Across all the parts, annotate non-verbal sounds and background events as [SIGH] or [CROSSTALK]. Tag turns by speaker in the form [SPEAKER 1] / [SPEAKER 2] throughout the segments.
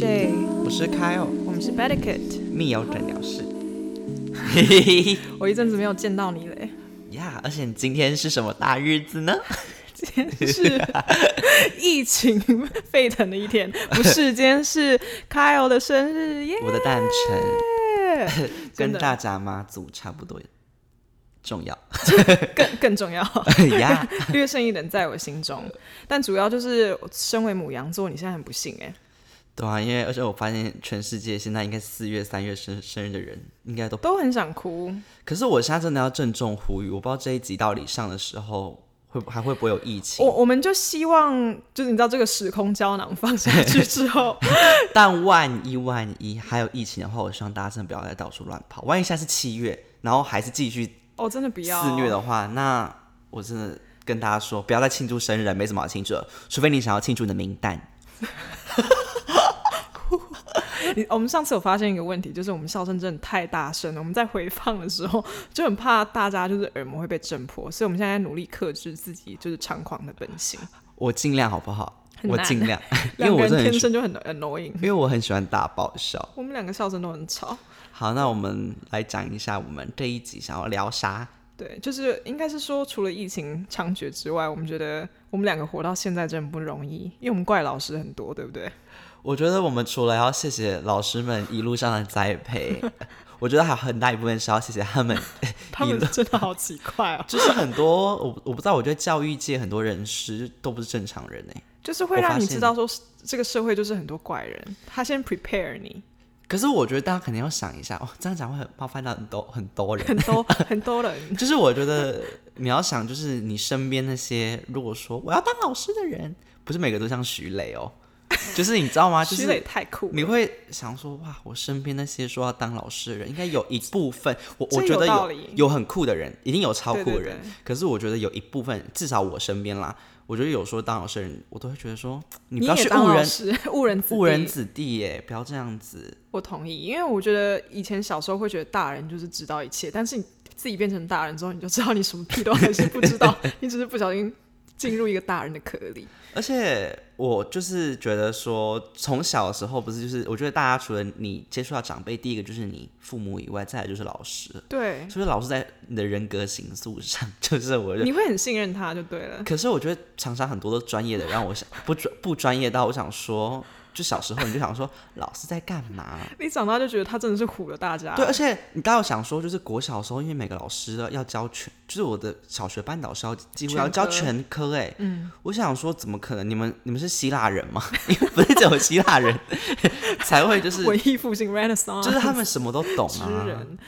[SPEAKER 1] 我是 Kyle，
[SPEAKER 2] 我们是 b e d i c a t
[SPEAKER 1] 密友诊疗
[SPEAKER 2] [LAUGHS]
[SPEAKER 1] 室。嘿嘿嘿，
[SPEAKER 2] 我一阵子没有见到你嘞，
[SPEAKER 1] 呀！而且你今天是什么大日子呢？
[SPEAKER 2] 今天
[SPEAKER 1] [LAUGHS]
[SPEAKER 2] 是疫情沸腾的一天，不是，今天是 Kyle 的生日耶！
[SPEAKER 1] 我的诞辰跟
[SPEAKER 2] 真的
[SPEAKER 1] 大甲妈祖差不多
[SPEAKER 2] [LAUGHS]
[SPEAKER 1] 重要
[SPEAKER 2] 更更重要，
[SPEAKER 1] 呀。
[SPEAKER 2] 略胜一等在我心中。但主要就是，身为母羊座，你现在很不幸哎，
[SPEAKER 1] 对啊，因为而且我发现全世界现在应该四月、三月生生日的人应该都，
[SPEAKER 2] 都很想哭。
[SPEAKER 1] 可是我现在真的要郑重呼吁，我不知道这一集到底上的时候会还会不会有疫情
[SPEAKER 2] 我，我们就希望，就是你知道这个时空胶囊放下去之
[SPEAKER 1] [LAUGHS]
[SPEAKER 2] 后，
[SPEAKER 1] 但万一万一还有疫情的话，我希望大家真的不要再到处乱跑。万一现在是七月，然后还是继续
[SPEAKER 2] 哦，真的不要
[SPEAKER 1] 肆虐的话，那我真的跟大家说，不要再庆祝生日了，没什么好庆祝的，除非你想要庆祝你的名单。
[SPEAKER 2] 你我们上次有发现一个问题，就是我们笑声真的太大声了。我们在回放的时候就很怕大家就是耳膜会被震破，所以我们现在在努力克制自己就是猖狂的本性。
[SPEAKER 1] 我尽量好不好？
[SPEAKER 2] 很
[SPEAKER 1] 我
[SPEAKER 2] 难 [LAUGHS]
[SPEAKER 1] 尽量，因
[SPEAKER 2] 两个
[SPEAKER 1] 为我
[SPEAKER 2] 人
[SPEAKER 1] 真的
[SPEAKER 2] 天
[SPEAKER 1] 很喜，
[SPEAKER 2] 生就很 annoying，
[SPEAKER 1] 因为我很喜欢大爆笑。
[SPEAKER 2] 我们两个笑声都很吵。
[SPEAKER 1] 好，那我们来讲一下我们这一集想要聊啥？
[SPEAKER 2] 对，就是应该是说，除了疫情猖獗之外，我们觉得我们两个活到现在真不容易，因为我们怪老师很多，对不对？
[SPEAKER 1] 我觉得我们除了要谢谢老师们一路上的栽
[SPEAKER 2] [LAUGHS]
[SPEAKER 1] 培，我觉得还有很大一部分是要谢谢他们
[SPEAKER 2] 他们真的好奇怪
[SPEAKER 1] [LAUGHS]
[SPEAKER 2] 哦，
[SPEAKER 1] 就是很多我我不知道，我觉得教育界很多人师都不是正常人哎、
[SPEAKER 2] 就是会
[SPEAKER 1] 我发
[SPEAKER 2] 让你
[SPEAKER 1] 现
[SPEAKER 2] 知道说这个社会就是很多怪人，他先 prepare 你。
[SPEAKER 1] 可是我觉得大家可能要想一下哦，这样讲会很冒犯到很多很多人。
[SPEAKER 2] 很多很多人，
[SPEAKER 1] [LAUGHS] 就是我觉得你要想，就是你身边那些如果说我要当老师的人，不是每个都像徐磊哦，就是你知道吗？啊就
[SPEAKER 2] 徐磊
[SPEAKER 1] 是
[SPEAKER 2] 太酷了，
[SPEAKER 1] 你会想说哇，我身边那些说要当老师的人，应该有一部分，我
[SPEAKER 2] 这
[SPEAKER 1] 我觉
[SPEAKER 2] 有
[SPEAKER 1] 得
[SPEAKER 2] 道
[SPEAKER 1] 有
[SPEAKER 2] 理
[SPEAKER 1] 有很酷的人，一定有超
[SPEAKER 2] 对
[SPEAKER 1] 酷的
[SPEAKER 2] 对
[SPEAKER 1] 人。
[SPEAKER 2] 对
[SPEAKER 1] 可是我觉得有一部分，至少我身边啦，我觉得有说当老师的人，我都会觉得说你不
[SPEAKER 2] 你
[SPEAKER 1] 要
[SPEAKER 2] 也
[SPEAKER 1] 去
[SPEAKER 2] 当
[SPEAKER 1] 误
[SPEAKER 2] 老
[SPEAKER 1] 人
[SPEAKER 2] 师，误人子弟
[SPEAKER 1] 误人，子弟耶，不要这样子。
[SPEAKER 2] 我同意，因为我觉得以前小时候会觉得大人就是知道一切，但是你自己变成大人之后，你就知道你什么屁都还是不知道，
[SPEAKER 1] [LAUGHS]
[SPEAKER 2] 你只是不小心进入一个大人的壳里。
[SPEAKER 1] 而且我就是觉得说，从小的时候不是就是，我觉得大家除了你接触到长辈，第一个就是你父母以外，再来就是老师，
[SPEAKER 2] 对，
[SPEAKER 1] 所以老师在你的人格形塑上， [LAUGHS] 就是我觉得。
[SPEAKER 2] 你会很信任他就对了。
[SPEAKER 1] 可是我觉得常常很多都专业的，让我想不专不专业到我想说，就小时候你就想说老师在干嘛？
[SPEAKER 2] 你长大就觉得他真的是唬了大家，
[SPEAKER 1] 对，而且你刚有想说，就是国小的时候，因为每个老师要教全，就是我的小学班导师要几乎要
[SPEAKER 2] 全
[SPEAKER 1] 教
[SPEAKER 2] 科
[SPEAKER 1] 全科、哎，嗯，我想说，怎么可能？你们你们是希腊人吗？ [LAUGHS] 因为不是只有希腊人 [LAUGHS] 才会就是
[SPEAKER 2] 文艺复兴 Renaissance，
[SPEAKER 1] 就是他们什么都懂
[SPEAKER 2] 知
[SPEAKER 1] 啊，
[SPEAKER 2] 人。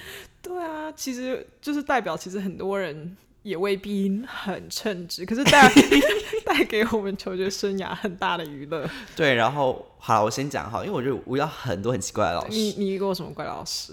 [SPEAKER 2] 对啊，其实就是代表，其实很多人也未必很称职，可是带 [LAUGHS] 带给我们求学生涯很大的娱乐。
[SPEAKER 1] 对。然后好了，我先讲哈，因为我觉得我遇到很多很奇怪的老
[SPEAKER 2] 你
[SPEAKER 1] 师，
[SPEAKER 2] 你遇过什么怪老师？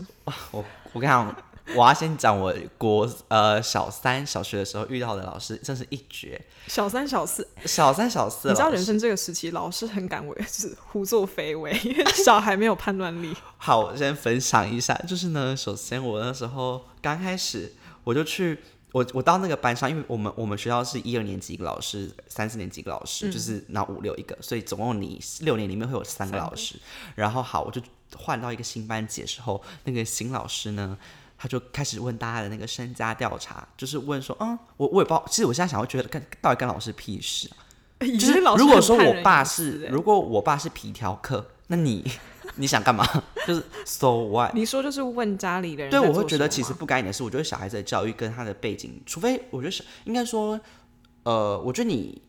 [SPEAKER 1] 我我跟你讲。我要先讲我国呃小三小学的时候遇到的老师，真是一绝。
[SPEAKER 2] 小三、小四，
[SPEAKER 1] 小三小
[SPEAKER 2] 你
[SPEAKER 1] 四的
[SPEAKER 2] 知道
[SPEAKER 1] 老
[SPEAKER 2] 人
[SPEAKER 1] 师，
[SPEAKER 2] 生这个时期，老师很敢为 [LAUGHS] 就是胡作非为， [LAUGHS] 因为小孩没有判断
[SPEAKER 1] [LAUGHS]
[SPEAKER 2] 力。
[SPEAKER 1] 好，我先分享一下，就是呢，首先我那时候刚开始，我就去我我到那个班上，因为我们我们学校是一二年级一个老师，三四年级一个老
[SPEAKER 2] 嗯
[SPEAKER 1] 师，就是然后五六一个，所以总共你六年里面会有三个
[SPEAKER 2] 三个
[SPEAKER 1] 老师。然后好，我就换到一个新班级的时候，那个新老师呢。他就开始问大家的那个身家调查，就是问说，嗯，我我也不知道，其实我现在想要觉得跟到底跟老师屁事啊
[SPEAKER 2] 就
[SPEAKER 1] 就是如果说我爸
[SPEAKER 2] 是
[SPEAKER 1] 是，，如果我爸是皮条客，那你你想干嘛？就是 so what？
[SPEAKER 2] 你说就是问家里的人在
[SPEAKER 1] 对，
[SPEAKER 2] 做什么
[SPEAKER 1] 我
[SPEAKER 2] 吗，啊
[SPEAKER 1] 会觉得其实不干你的事。我觉得小孩子的教育跟他的背景，除非我觉得是应该说，呃，我觉得你，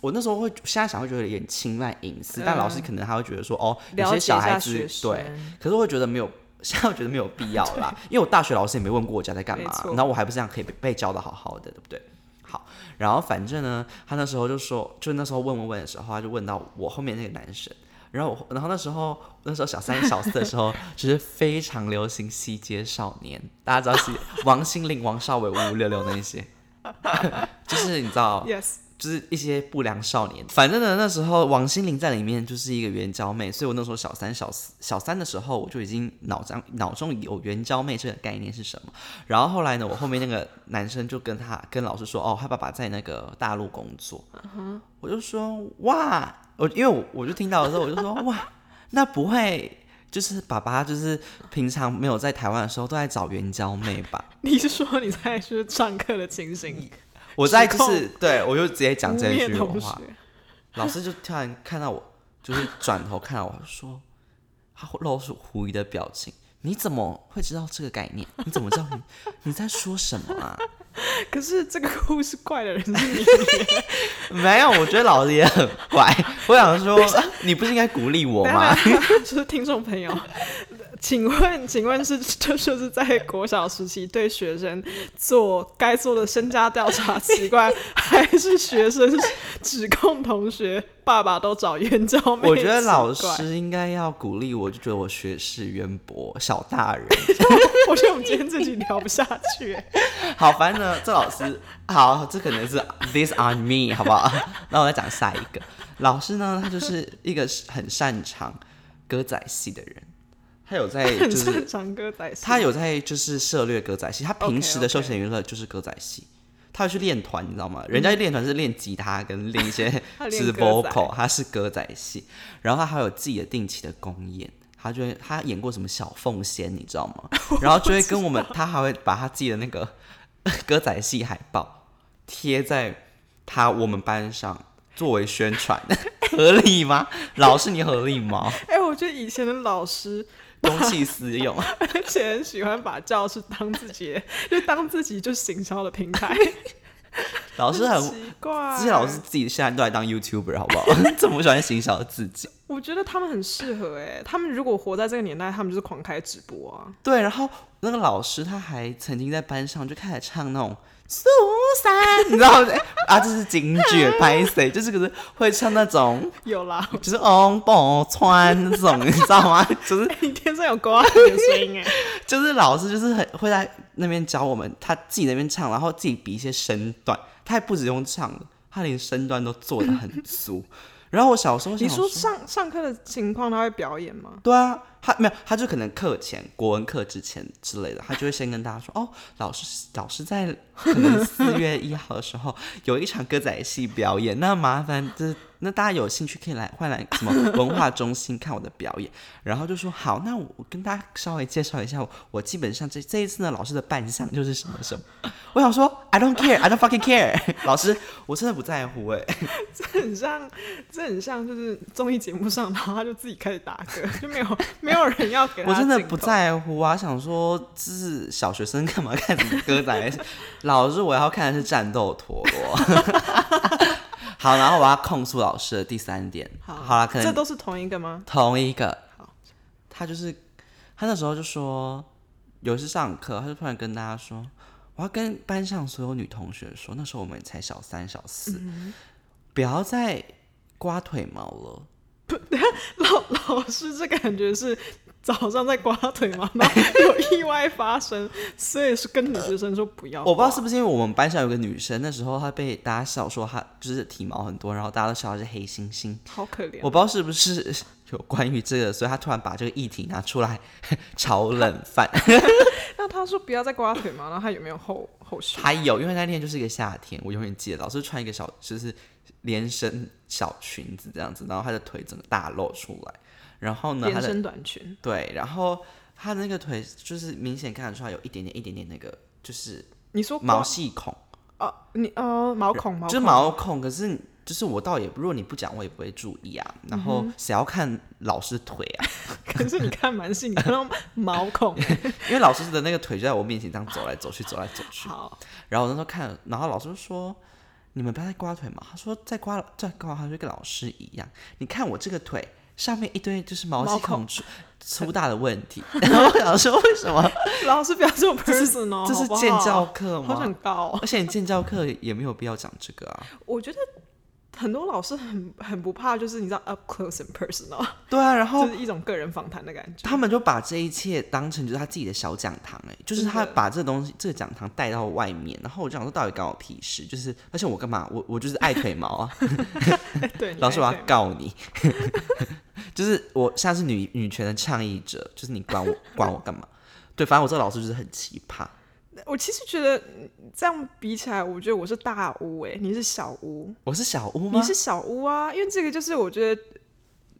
[SPEAKER 1] 我那时候会现在想会觉得有点侵犯隐私，但老师可能他会觉得说，哦，有
[SPEAKER 2] 嗯了解
[SPEAKER 1] 些
[SPEAKER 2] 一
[SPEAKER 1] 小孩
[SPEAKER 2] 下
[SPEAKER 1] 子
[SPEAKER 2] 学生
[SPEAKER 1] 对，可是我会觉得没有，现在我觉得没有必要
[SPEAKER 2] [LAUGHS]
[SPEAKER 1] 啦，因为我大学老师也没问过我家在干嘛
[SPEAKER 2] 没，错
[SPEAKER 1] 然后我还不是这样可以被被教的好好的，对不对？好，然后反正呢，他那时候就说，就那时候问问问的时候，他就问到我后面那个男生，然后我，然后那时候那时候小三小四的时候，就是非常流行西街少年，大家知道西王心凌、王少伟、五五六六那一些， [LAUGHS] 就是你知道，
[SPEAKER 2] yes，
[SPEAKER 1] 就是一些不良少年。反正呢，那时候王心凌在里面就是一个援交妹，所以我那时候小三、小四、小三的时候，我就已经脑中脑中有援交妹这个概念是什么。然后后来呢，我后面那个男生就跟他跟老师说，哦，他爸爸在那个大陆工作。我就说哇，我因为我我就听到的时候，我就说哇，那不会就是爸爸就是平常没有在台湾的时候都在找援交妹吧？
[SPEAKER 2] 你是说你在就是上课的情形？
[SPEAKER 1] 我在就是对我就直接讲
[SPEAKER 2] 污
[SPEAKER 1] 这一
[SPEAKER 2] 蔑
[SPEAKER 1] 句
[SPEAKER 2] 同
[SPEAKER 1] 话
[SPEAKER 2] 学，，
[SPEAKER 1] 老师就突然看到我，就是转头看到我说，他露出狐疑的表情。你怎么会知道这个概念？你怎么知道你你在说什么啊？ [LAUGHS]
[SPEAKER 2] 可是这个故事怪的人是你，
[SPEAKER 1] 没有，我觉得老师也很怪。我想说，你不是应该鼓励我
[SPEAKER 2] 等一
[SPEAKER 1] 吗
[SPEAKER 2] 下？等一下啊 [LAUGHS] 就是听众朋友，请问，请问是 [LAUGHS] 这就是在国小时期对学生做该做的身家调查习惯， [LAUGHS] 还是学生指控同学爸爸都找冤家妹？
[SPEAKER 1] 我觉得老，师应该要鼓励我，就觉得我学识渊博，小大人。
[SPEAKER 2] 我觉得我们今天这集聊不下
[SPEAKER 1] [LAUGHS]
[SPEAKER 2] 去。
[SPEAKER 1] 好，反正呢，这老师好，这可能是 this on me，好不好？那我再讲下一个老师呢，他就是一个很擅长歌仔戏的人，他有在
[SPEAKER 2] 很
[SPEAKER 1] 就是
[SPEAKER 2] 擅长歌仔戏，
[SPEAKER 1] 他有在就是涉猎歌仔戏，他平时的
[SPEAKER 2] OK，OK
[SPEAKER 1] 休闲娱乐就是歌仔戏。他去练团，你知道吗？人家练团是练吉他跟练一些
[SPEAKER 2] 嗯 [LAUGHS] 他练
[SPEAKER 1] 是
[SPEAKER 2] 歌仔
[SPEAKER 1] vocal，他是歌仔戏，然后他还有自己的定期的公演。他就会他演过什么小凤仙，你知道
[SPEAKER 2] [LAUGHS]
[SPEAKER 1] 吗？然后就会跟我们，他还会把他自己的那个歌仔戏海报贴在他我们班上作为
[SPEAKER 2] [LAUGHS]
[SPEAKER 1] 宣传，合理吗？老师你合理吗？
[SPEAKER 2] 哎、我觉得以前的老师，
[SPEAKER 1] 公器私
[SPEAKER 2] [LAUGHS]
[SPEAKER 1] 用。
[SPEAKER 2] 而且很喜欢把教室当自己的，就当自己就行销的平台，
[SPEAKER 1] 老师很
[SPEAKER 2] [LAUGHS] 奇怪。
[SPEAKER 1] 这些老师自己现在都来当 YouTuber 好不 [LAUGHS] 好？这么喜欢行销自己？
[SPEAKER 2] 我觉得他们很适合哎、他们如果活在这个年代，他们就是狂开直播啊。
[SPEAKER 1] 对，然后那个老师他还曾经在班上就开始唱那种《苏珊》，你知道吗啊？这是京剧，拍谁？就是可是会唱那种，
[SPEAKER 2] 有啦， [LAUGHS]
[SPEAKER 1] 就是翁宝川这种，你知道吗？就是
[SPEAKER 2] 你天生有狗啊你的声音哎、
[SPEAKER 1] 就是老师就是很会在那边教我们，他自己那边唱，然后自己比一些身段，他还不止用唱的，他连身段都做的很足。然后我小时候
[SPEAKER 2] 你
[SPEAKER 1] 想
[SPEAKER 2] 说上上课的情况他会表演吗？
[SPEAKER 1] 对啊，他没有，他就可能课前国文课之前之类的，他就会先跟大家说，哦，老师老师在可能四月一号的时候有一场歌仔戏表演，那麻烦就是那大家有兴趣可以来换来什么文化中心看我的表演，然后就说好，那我我跟大家稍微介绍一下我，我基本上这这一次呢老师的扮相就是什么什么，我想说 I don't care, I don't fucking care，老 [LAUGHS] 师我真的不在乎哎、
[SPEAKER 2] 这很像，这很像就是综艺节目上，然后他就自己开始打歌，就没有没有人要给他。
[SPEAKER 1] 我真的不。在乎啊，想说这是小学生干嘛看什么歌仔戏？ [LAUGHS] 老师，我要看的是战斗陀螺。 [LAUGHS] 好，然后我要控诉老师的第三点，
[SPEAKER 2] 好，
[SPEAKER 1] 好啦，可
[SPEAKER 2] 这
[SPEAKER 1] 能
[SPEAKER 2] 都是同一个吗？ [LAUGHS]
[SPEAKER 1] 同一个
[SPEAKER 2] 好。
[SPEAKER 1] 他就是他那时候就说，有一次上课，他就突然跟大家说，我要跟班上所有女同学说，那时候我们才小三小
[SPEAKER 2] 嗯
[SPEAKER 1] 四，不要再刮腿毛了。
[SPEAKER 2] 老老师，这感觉是早上在刮腿嘛，然后有意外发生，所以是跟女学生说不要刮。
[SPEAKER 1] 我不知道是不是因为我们班上有个女生，那时候她被大家笑说她就是体毛很多，然后大家都笑她是黑猩猩。
[SPEAKER 2] 好可怜
[SPEAKER 1] 我。不知道是不是有关于这个，所以她突然把这个议题拿出来炒冷饭。
[SPEAKER 2] 那他说不要再刮腿嘛，然后他有没有后后续？
[SPEAKER 1] 还有，因为那天就是一个夏天，我永远记得老师穿一个小就是连身小裙子这样子，然后她的腿整个大露出来，然后呢，她
[SPEAKER 2] 连
[SPEAKER 1] 的
[SPEAKER 2] 身短裙，
[SPEAKER 1] 对，然后她的那个腿就是明显看得出来有一点点一点点那个就是
[SPEAKER 2] 你说刮
[SPEAKER 1] 毛细孔。
[SPEAKER 2] 哦，你哦毛孔毛
[SPEAKER 1] 就是
[SPEAKER 2] 孔
[SPEAKER 1] 毛孔，可是你就是我倒也，如果你不讲，我也不会注意啊。然
[SPEAKER 2] 嗯
[SPEAKER 1] 后谁要看老师腿啊？ [LAUGHS]
[SPEAKER 2] 可是你看蛮细，你看到毛孔欸。
[SPEAKER 1] 因为老师的那个腿就在我面前这样走来走去，走来走去。
[SPEAKER 2] 好，
[SPEAKER 1] 然后我那时候看，然后老师就说：“你们不要再刮腿嘛。”他说：“再刮再刮，他就跟老师一样。你看我这个腿上面一堆就是毛细
[SPEAKER 2] 毛孔
[SPEAKER 1] 孔粗粗大的问题。” [LAUGHS] 然后我想说，为什么？
[SPEAKER 2] 老师不要这么
[SPEAKER 1] 这是
[SPEAKER 2] personal，
[SPEAKER 1] 这是
[SPEAKER 2] 好不好
[SPEAKER 1] 建教，课
[SPEAKER 2] 哦好
[SPEAKER 1] 吗
[SPEAKER 2] 想？告哦。
[SPEAKER 1] 而且你建教课也没有必要讲这个啊。
[SPEAKER 2] 我觉得很多老师很很不怕，就是你知道 up close and personal，
[SPEAKER 1] 对啊，然后
[SPEAKER 2] 就是一种个人访谈的感觉。
[SPEAKER 1] 他们就把这一切当成就是他自己的小讲堂、哎，就是
[SPEAKER 2] 真
[SPEAKER 1] 他
[SPEAKER 2] 的
[SPEAKER 1] 把这东西这个讲堂带到外面，然后我就想说到底关我屁事，就是而且我干嘛，我我就是爱腿毛
[SPEAKER 2] [LAUGHS]
[SPEAKER 1] 啊，
[SPEAKER 2] 哎
[SPEAKER 1] [LAUGHS]
[SPEAKER 2] 对，你
[SPEAKER 1] 老师我要
[SPEAKER 2] 还可以
[SPEAKER 1] 告你， [LAUGHS] 就是我现在是女女权的倡议者，就是你管我管我干嘛？对，反正我这个老师就是很奇葩，
[SPEAKER 2] 我其实觉得嗯这样比起来，我觉得我是大屋哎、你是小屋，
[SPEAKER 1] 我是小屋
[SPEAKER 2] 你
[SPEAKER 1] 吗？
[SPEAKER 2] 是小屋啊，因为这个就是我觉得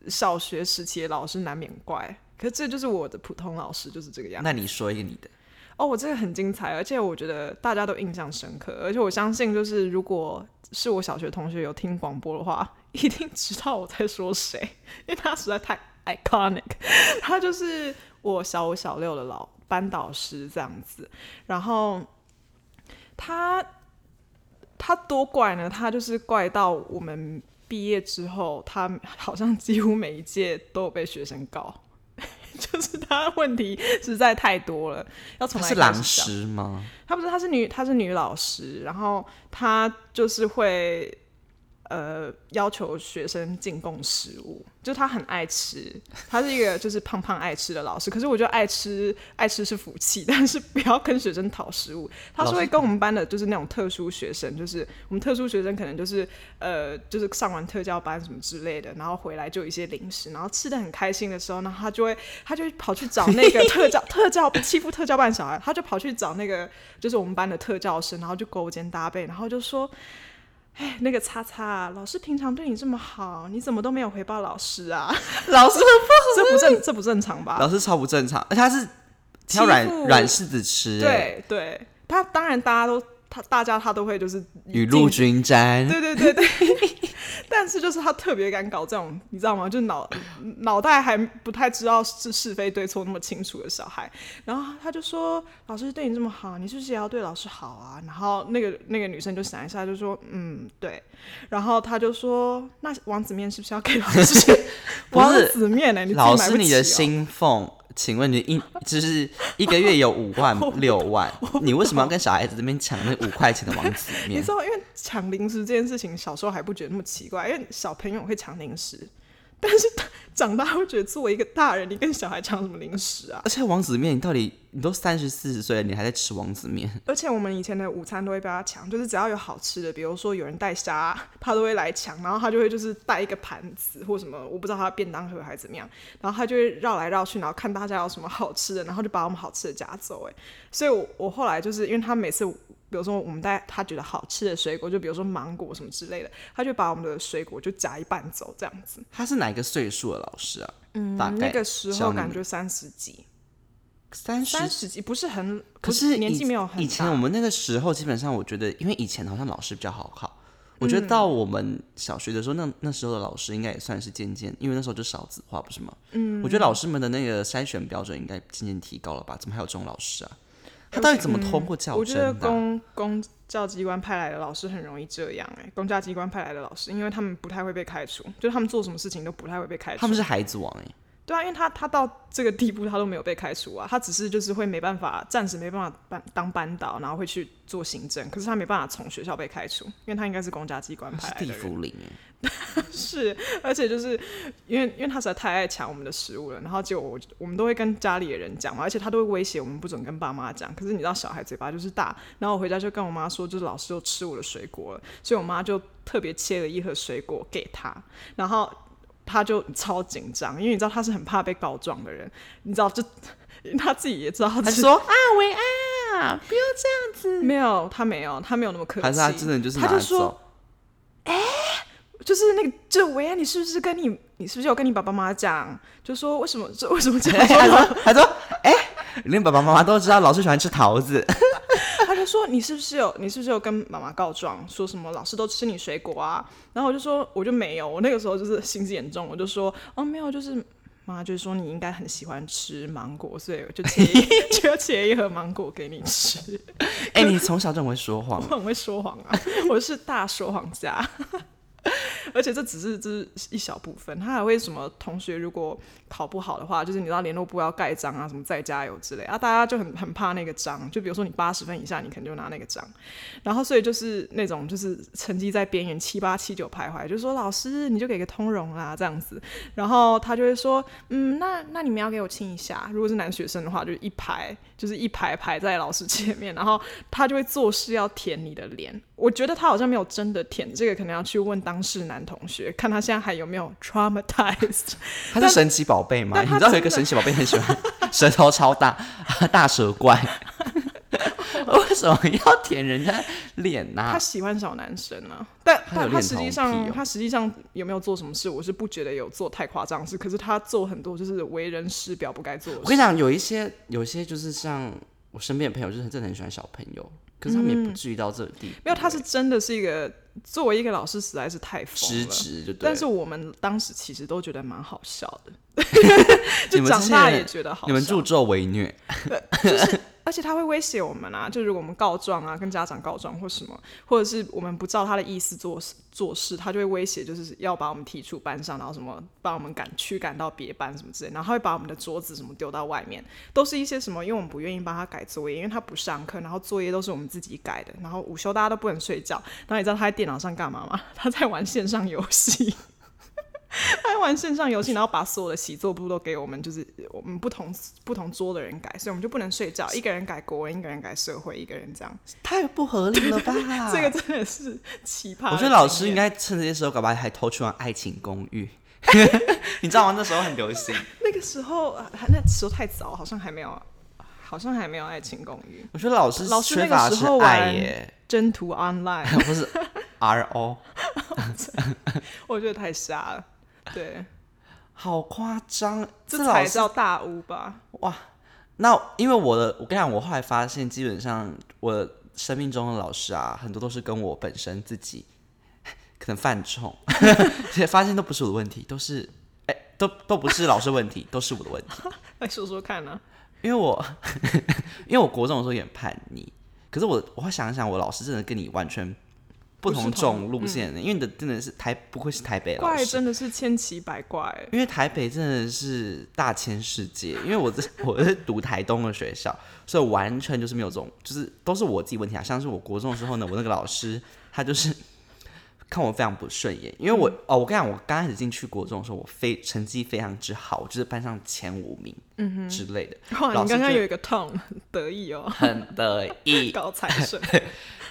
[SPEAKER 2] 小学时期的老师难免怪。可是这就是我的普通老师就是这个样子。
[SPEAKER 1] 那你说一个你的，
[SPEAKER 2] 哦，我这个很精彩，而且我觉得大家都印象深刻，而且我相信，就是如果是我小学同学有听广播的话， [LAUGHS] 一定知道我在说谁， [LAUGHS] 因为他实在太 iconic，他就是我小五小六的老班导师这样子，然后他他多怪呢？他就是怪到我们毕业之后，他好像几乎每一届都有被学生告。 [LAUGHS] 就是他问题实在太多了，要从哪
[SPEAKER 1] 她是
[SPEAKER 2] 里开始
[SPEAKER 1] 狼
[SPEAKER 2] 讲
[SPEAKER 1] 师吗？
[SPEAKER 2] 她不是，她是女，她是女老师，然后她就是会呃要求学生进贡食物，就她很爱吃，她是一个就是胖胖爱吃的老师。可是我觉得爱吃爱吃是福气，但是不要跟学生讨食物。她是
[SPEAKER 1] 老师
[SPEAKER 2] 会跟我们班的就是那种特殊学生，就是我们特殊学生可能就是呃就是上完特教班什么之类的，然后回来就有一些零食，然后吃的很开心的时候，然后她就会她就会跑去找那个特教特教欺负特教班小孩，她就跑去找那个就是我们班的特教生，然后就勾肩搭背，然后就说。哎，那个叉叉啊，老师平常对你这么好，你怎么都没有回报老师啊？
[SPEAKER 1] [LAUGHS] 老师
[SPEAKER 2] 这不正，这不正常吧？
[SPEAKER 1] 老师超不正常，而且他是挑
[SPEAKER 2] 欺
[SPEAKER 1] 软
[SPEAKER 2] 负
[SPEAKER 1] 软柿子吃、欸，
[SPEAKER 2] 对对，他当然大家都他大家他都会就是
[SPEAKER 1] 雨
[SPEAKER 2] 进
[SPEAKER 1] 露均沾。
[SPEAKER 2] 对对对对， [LAUGHS] 但是就是他特别敢搞这种，你知道吗？就脑脑袋还不太知道是是非对错那么清楚的小孩，然后他就说：“老师对你这么好，你是不是也要对老师好啊？”然后那个那个女生就想一下，就说：“嗯，对。”然后他就说：“那王子面是不是要给老师
[SPEAKER 1] [LAUGHS] 不
[SPEAKER 2] 王
[SPEAKER 1] 是
[SPEAKER 2] 子面欸呢、你自己
[SPEAKER 1] 老
[SPEAKER 2] 买
[SPEAKER 1] 师，
[SPEAKER 2] 不
[SPEAKER 1] 你的
[SPEAKER 2] 起哦
[SPEAKER 1] 薪俸，请问你一就是一个月有五万六
[SPEAKER 2] [LAUGHS]
[SPEAKER 1] 万，你为什么要跟小孩子这边抢那五块钱的王子
[SPEAKER 2] 你
[SPEAKER 1] 面
[SPEAKER 2] 知？道，因为抢零食这件事情，小时候还不觉得那么奇怪，因为小朋友会抢零食，但是他长大会觉得，作为一个大人，你跟小孩抢什么零食啊？
[SPEAKER 1] 而且王子面，你到底你都三十四十岁了，你还在吃王子面？
[SPEAKER 2] 而且我们以前的午餐都会被他抢，就是只要有好吃的，比如说有人带虾， [LAUGHS] 他都会来抢，然后他就会就是带一个盘子或什么，我不知道他的便当盒还是怎么样，然后他就会绕来绕去，然后看大家有什么好吃的，然后就把我们好吃的夹走。哎，所以我我后来就是因为他每次，比如说我们带他觉得好吃的水果，就比如说芒果什么之类的，他就把我们的水果就夹一半走这样子。
[SPEAKER 1] 他是哪一个岁数的老师啊？嗯，大
[SPEAKER 2] 那
[SPEAKER 1] 概
[SPEAKER 2] 个时候感觉三十几，
[SPEAKER 1] 三十
[SPEAKER 2] 三。十几不是很，
[SPEAKER 1] 可
[SPEAKER 2] 不
[SPEAKER 1] 是
[SPEAKER 2] 年
[SPEAKER 1] 以
[SPEAKER 2] 纪没有很大。
[SPEAKER 1] 以前我们那个时候，基本上我觉得，因为以前好像老师比较好考，我
[SPEAKER 2] 嗯
[SPEAKER 1] 觉得到我们小学的时候，那那时候的老师应该也算是渐渐，因为那时候就少子化，不是吗？嗯，我觉得老师们的那个筛选标准应该渐渐提高了吧？怎么还有这种老师啊？他到底怎么通过较
[SPEAKER 2] 嗯我觉得
[SPEAKER 1] 真的啊、
[SPEAKER 2] 公公教机关派来的老师很容易这样哎、公教机关派来的老师，因为他们不太会被开除，就是他们做什么事情都不太会被开除。
[SPEAKER 1] 他们是孩子王哎、
[SPEAKER 2] 对啊，因为他他到这个地步他都没有被开除啊，他只是就是会没办法，暂时没办法班当班导，然后会去做行政，可是他没办法从学校被开除，因为他应该是公家机关
[SPEAKER 1] 他
[SPEAKER 2] 派
[SPEAKER 1] 是
[SPEAKER 2] 来
[SPEAKER 1] 地
[SPEAKER 2] 的人。
[SPEAKER 1] 府灵哎、
[SPEAKER 2] 是，而且就是因为因为他实在太爱抢我们的食物了，然后结果我我们都会跟家里的人讲嘛，而且他都会威胁我们不准跟爸妈讲。可是你知道小孩嘴巴就是大，然后我回家就跟我妈说，就是老师又吃我的水果了，所以我妈就特别切了一盒水果给他，然后他就超紧张，因为你知道他是很怕被告状的人，你知道就 [LAUGHS] 他自己也知道他
[SPEAKER 1] 他
[SPEAKER 2] 是
[SPEAKER 1] 说啊维啊，不要
[SPEAKER 2] 没有，他没有，他没有那么客气，
[SPEAKER 1] 还是他真的就是
[SPEAKER 2] 他
[SPEAKER 1] 拿
[SPEAKER 2] 就说
[SPEAKER 1] 走？
[SPEAKER 2] 就是那个，就维安，你是不是跟你，你是不是有跟你爸爸妈妈讲，就说为什么，就为什么这样？
[SPEAKER 1] [LAUGHS] 他说他说哎、连爸爸妈妈都知道老师喜欢吃桃子， [LAUGHS]
[SPEAKER 2] 他就说你是不是有，你是不是有跟妈妈告状，说什么老师都吃你水果啊？然后我就说我就没有，我那个时候就是心机很重，我就说哦没有，就是妈就是说你应该很喜欢吃芒果，所以我就切一 [LAUGHS] 就切一盒芒果给你吃。
[SPEAKER 1] 哎、你从小就很会说
[SPEAKER 2] [LAUGHS] 我
[SPEAKER 1] 谎，
[SPEAKER 2] 很会说谎啊，我是大说谎家。 [LAUGHS] 而且这只是这是一小部分，他还会什么同学如果考不好的话，就是你知道联络部要盖章啊，什么再加油之类啊，大家就很很怕那个章。就比如说你八十分以下，你可能就拿那个章，然后所以就是那种就是成绩在边缘七八七九徘徊，就说老师你就给个通融啦这样子，然后他就会说嗯那那你们要给我亲一下，如果是男学生的话，就是一排就是一排排在老师前面，然后他就会做事要舔你的脸。我觉得他好像没有真的舔，这个可能要去问当事男同学，看他现在还有没有
[SPEAKER 1] [LAUGHS]
[SPEAKER 2] traumatized。
[SPEAKER 1] 他是神奇宝贝吗？
[SPEAKER 2] 但
[SPEAKER 1] 你
[SPEAKER 2] 他
[SPEAKER 1] 知道有一
[SPEAKER 2] 真
[SPEAKER 1] [LAUGHS] 个
[SPEAKER 2] 的
[SPEAKER 1] [LAUGHS] 神奇宝贝很喜欢舌头超大，大蛇怪。我 [LAUGHS] 为什么要舔人家脸呢、
[SPEAKER 2] 他喜欢小男生啊，但
[SPEAKER 1] 啊他有
[SPEAKER 2] 但他
[SPEAKER 1] 恋
[SPEAKER 2] 实
[SPEAKER 1] 童
[SPEAKER 2] 际
[SPEAKER 1] 癖
[SPEAKER 2] 上、
[SPEAKER 1] 哦
[SPEAKER 2] 他实际上有没有做什么事，我是不觉得有做太夸张的事，可是他做很多就是为人师表不该做的事。
[SPEAKER 1] 我跟你讲，有一些有一些就是像我身边的朋友，就是真的很喜欢小朋友，可是他们也不至于到这个地步、
[SPEAKER 2] 嗯没有，他是真的是一个作为一个老师实在是太疯
[SPEAKER 1] 失
[SPEAKER 2] 了。
[SPEAKER 1] 职就对了。
[SPEAKER 2] 但是我们当时其实都觉得蛮好笑的，[LAUGHS]
[SPEAKER 1] [LAUGHS] 你
[SPEAKER 2] 就
[SPEAKER 1] 们这
[SPEAKER 2] 长
[SPEAKER 1] 些
[SPEAKER 2] 大
[SPEAKER 1] 人
[SPEAKER 2] 也觉得好笑。
[SPEAKER 1] 你们助纣为虐，
[SPEAKER 2] 而且他会威胁我们啊，就如果我们告状啊，跟家长告状或什么，或者是我们不照他的意思做事做事，他就会威胁，就是要把我们踢出班上，然后什么把我们赶驱赶到别班什么之类，然后他会把我们的桌子什么丢到外面，都是一些什么，因为我们不愿意帮他改作业，因为他不上课，然后作业都是我们自己改的，然后午休大家都不能睡觉，然后你知道他在电脑上干嘛吗？ [LAUGHS] 他在玩线上游戏。 [LAUGHS] 他在玩线上游戏，然后把所有的习作簿都给我们，就是我们不同不同桌的人改，所以我们就不能睡觉，一个人改国文，一个人改社会，一个人这样。？
[SPEAKER 1] 太不合理了 [LAUGHS] 吧
[SPEAKER 2] 这个真的是奇葩的经验。
[SPEAKER 1] 啊我觉得老师应该趁这些时候，搞不好还偷去玩《爱情公寓》，你知道吗？那时候很流行。
[SPEAKER 2] 那个时候，啊那时候太早，好像还没有，好像还没有《爱情公寓
[SPEAKER 1] 我觉得老师》。
[SPEAKER 2] 老师
[SPEAKER 1] 缺
[SPEAKER 2] 那个
[SPEAKER 1] 乏的
[SPEAKER 2] 时
[SPEAKER 1] 是
[SPEAKER 2] 候
[SPEAKER 1] 爱
[SPEAKER 2] 玩
[SPEAKER 1] 耶，
[SPEAKER 2] 征途 Online，
[SPEAKER 1] 不 [LAUGHS] 是 R O，
[SPEAKER 2] 我觉得太瞎了。对，
[SPEAKER 1] 好夸张！
[SPEAKER 2] 这
[SPEAKER 1] 老
[SPEAKER 2] 才
[SPEAKER 1] 师
[SPEAKER 2] 叫大屋吧？
[SPEAKER 1] 哇，那因为我的，我跟你讲，我后来发现，基本上我生命中的老师啊，很多都是跟我本身自己可能犯冲， [LAUGHS] 而且发现都不是我的问题，都是哎、都都不是老师的问题，都是我的问题。
[SPEAKER 2] 来说说看啊。
[SPEAKER 1] 因为我因为我国中的时候也很叛逆，可是我我会想一想，我老师真的跟你完全
[SPEAKER 2] 不
[SPEAKER 1] 不
[SPEAKER 2] 是同
[SPEAKER 1] 同
[SPEAKER 2] 嗯
[SPEAKER 1] 种路线的，因为你的真的是台不愧是台北老
[SPEAKER 2] 怪
[SPEAKER 1] 师，
[SPEAKER 2] 真的是千奇百怪，
[SPEAKER 1] 因为台北真的是大千世界，因为我这 [LAUGHS] 我是读台东的学校，所以完全就是没有这种，就是都是我自己问题啊。像是我国中的时候呢，我那个老师他就是 [LAUGHS] 看我非常不顺眼，因为我、哦，我跟你讲，我刚开始进去国中的时候，我非成绩非常之好，就是班上前五名，嗯哼之类的，
[SPEAKER 2] 哇，
[SPEAKER 1] 老
[SPEAKER 2] 你
[SPEAKER 1] 师
[SPEAKER 2] 刚刚
[SPEAKER 1] 就
[SPEAKER 2] 有一个 tone 很得意
[SPEAKER 1] [LAUGHS]
[SPEAKER 2] 哦，
[SPEAKER 1] 很得意。
[SPEAKER 2] 高材生。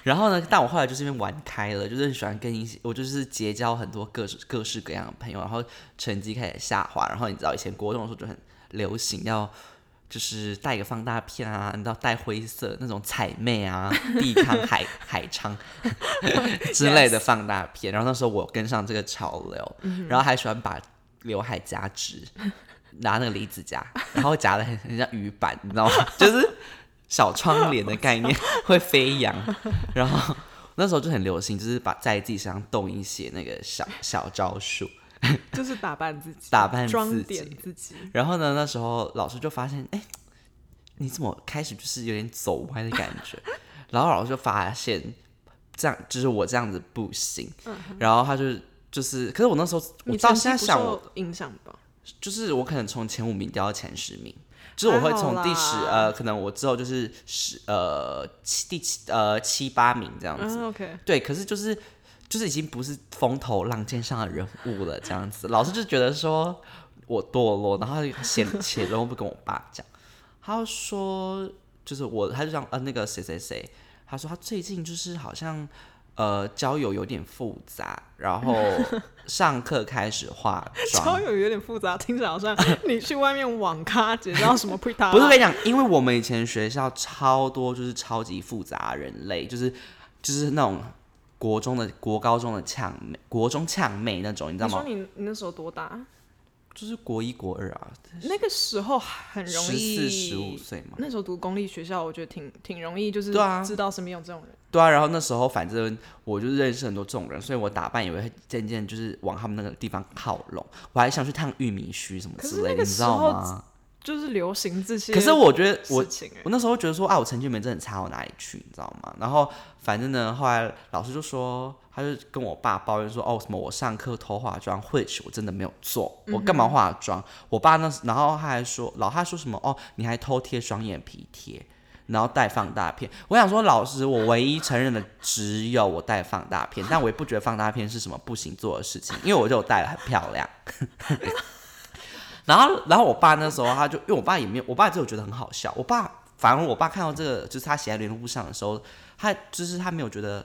[SPEAKER 1] 然后呢，但我后来就是因为玩开了，就是喜欢跟一些，我就是结交很多各式各式各样的朋友，然后成绩开始下滑，然后你知道以前国中的时候就很流行要。就是带个放大片啊，你知道带灰色那种彩妹啊、地康海海昌之类的放大片，然后那时候我跟上这个潮流，然后还喜欢把刘海夹直，拿那个离子夹，然后夹的很很像鱼板，你知道吗？ [LAUGHS] 就是小窗帘的概念会飞扬，然后那时候就很流行，就是把在自己身上动一些那个小 [LAUGHS] 小招数。
[SPEAKER 2] 就是打扮自己，
[SPEAKER 1] [LAUGHS] 打扮自
[SPEAKER 2] 装
[SPEAKER 1] 己
[SPEAKER 2] 点自己。
[SPEAKER 1] 然后呢，那时候老师就发现，哎、你怎么开始就是有点走歪的感觉？ [LAUGHS] 然后老师就发现，这样就是我这样子不行。然后他就就是，可是我那时候我
[SPEAKER 2] 嗯你
[SPEAKER 1] 到
[SPEAKER 2] 成
[SPEAKER 1] 现在
[SPEAKER 2] 绩不
[SPEAKER 1] 想，
[SPEAKER 2] 受
[SPEAKER 1] 我
[SPEAKER 2] 影响吧？
[SPEAKER 1] 就是我可能从前五名掉到前十名。就是我会从第十
[SPEAKER 2] 还好啦
[SPEAKER 1] 呃，可能我之后就是十呃七第七呃七八名这样子，
[SPEAKER 2] 嗯，OK，
[SPEAKER 1] 对，可是就是就是已经不是风头浪尖上的人物了，这样子，老师就觉得说我堕落，然后他就写写然后不跟我爸讲，他就说就是我，他就讲呃那个谁谁谁，他说他最近就是好像呃交友有点复杂，然后上课开始化妆
[SPEAKER 2] [LAUGHS] 交。友有点复杂，听起来
[SPEAKER 1] [LAUGHS]
[SPEAKER 2] 好像你去外面网咖结交什么 p r
[SPEAKER 1] 不是我跟你讲，因为我们以前学校超多就是超级复杂的人类，就是就是那种国中的、国高中的呛妹、国中呛妹那种，你知道
[SPEAKER 2] 你说
[SPEAKER 1] 吗？
[SPEAKER 2] 你你那时候多大？
[SPEAKER 1] 就是国一、国二啊，
[SPEAKER 2] 那个时候很容
[SPEAKER 1] 十
[SPEAKER 2] 易，
[SPEAKER 1] 四、十五岁嘛。
[SPEAKER 2] 那时候读公立学校，我觉得挺挺容易，就是
[SPEAKER 1] 对啊
[SPEAKER 2] 知道身边有这种人。
[SPEAKER 1] 对啊，然后那时候反正我就认识很多这种人，所以我打扮也会渐渐就是往他们那个地方靠拢。我还想去烫玉米须什么
[SPEAKER 2] 可是
[SPEAKER 1] 之类
[SPEAKER 2] 那
[SPEAKER 1] 的，
[SPEAKER 2] 个
[SPEAKER 1] 你知道
[SPEAKER 2] 时候
[SPEAKER 1] 吗？
[SPEAKER 2] 就是流行这些
[SPEAKER 1] 可是我觉得我
[SPEAKER 2] 事情欸
[SPEAKER 1] 我那时候觉得说啊，我成绩没真的很差到哪里去，你知道吗？然后反正呢，后来老师就说，他就跟我爸抱怨说，哦，什么我上课偷化妆，或许我真的没有做，
[SPEAKER 2] 嗯
[SPEAKER 1] 我干嘛化妆？我爸那时，然后他还说，老他说什么哦，你还偷贴双眼皮贴。然后带放大片，我想说，老师，我唯一承认的只有我带放大片，但我也不觉得放大片是什么不行做的事情，因为我就带的很漂亮。然后，然后我爸那时候他就，因为我爸也没有，我爸只有觉得很好笑。我爸反而我爸看到这个，就是他写在联络簿上的时候，他就是他没有觉得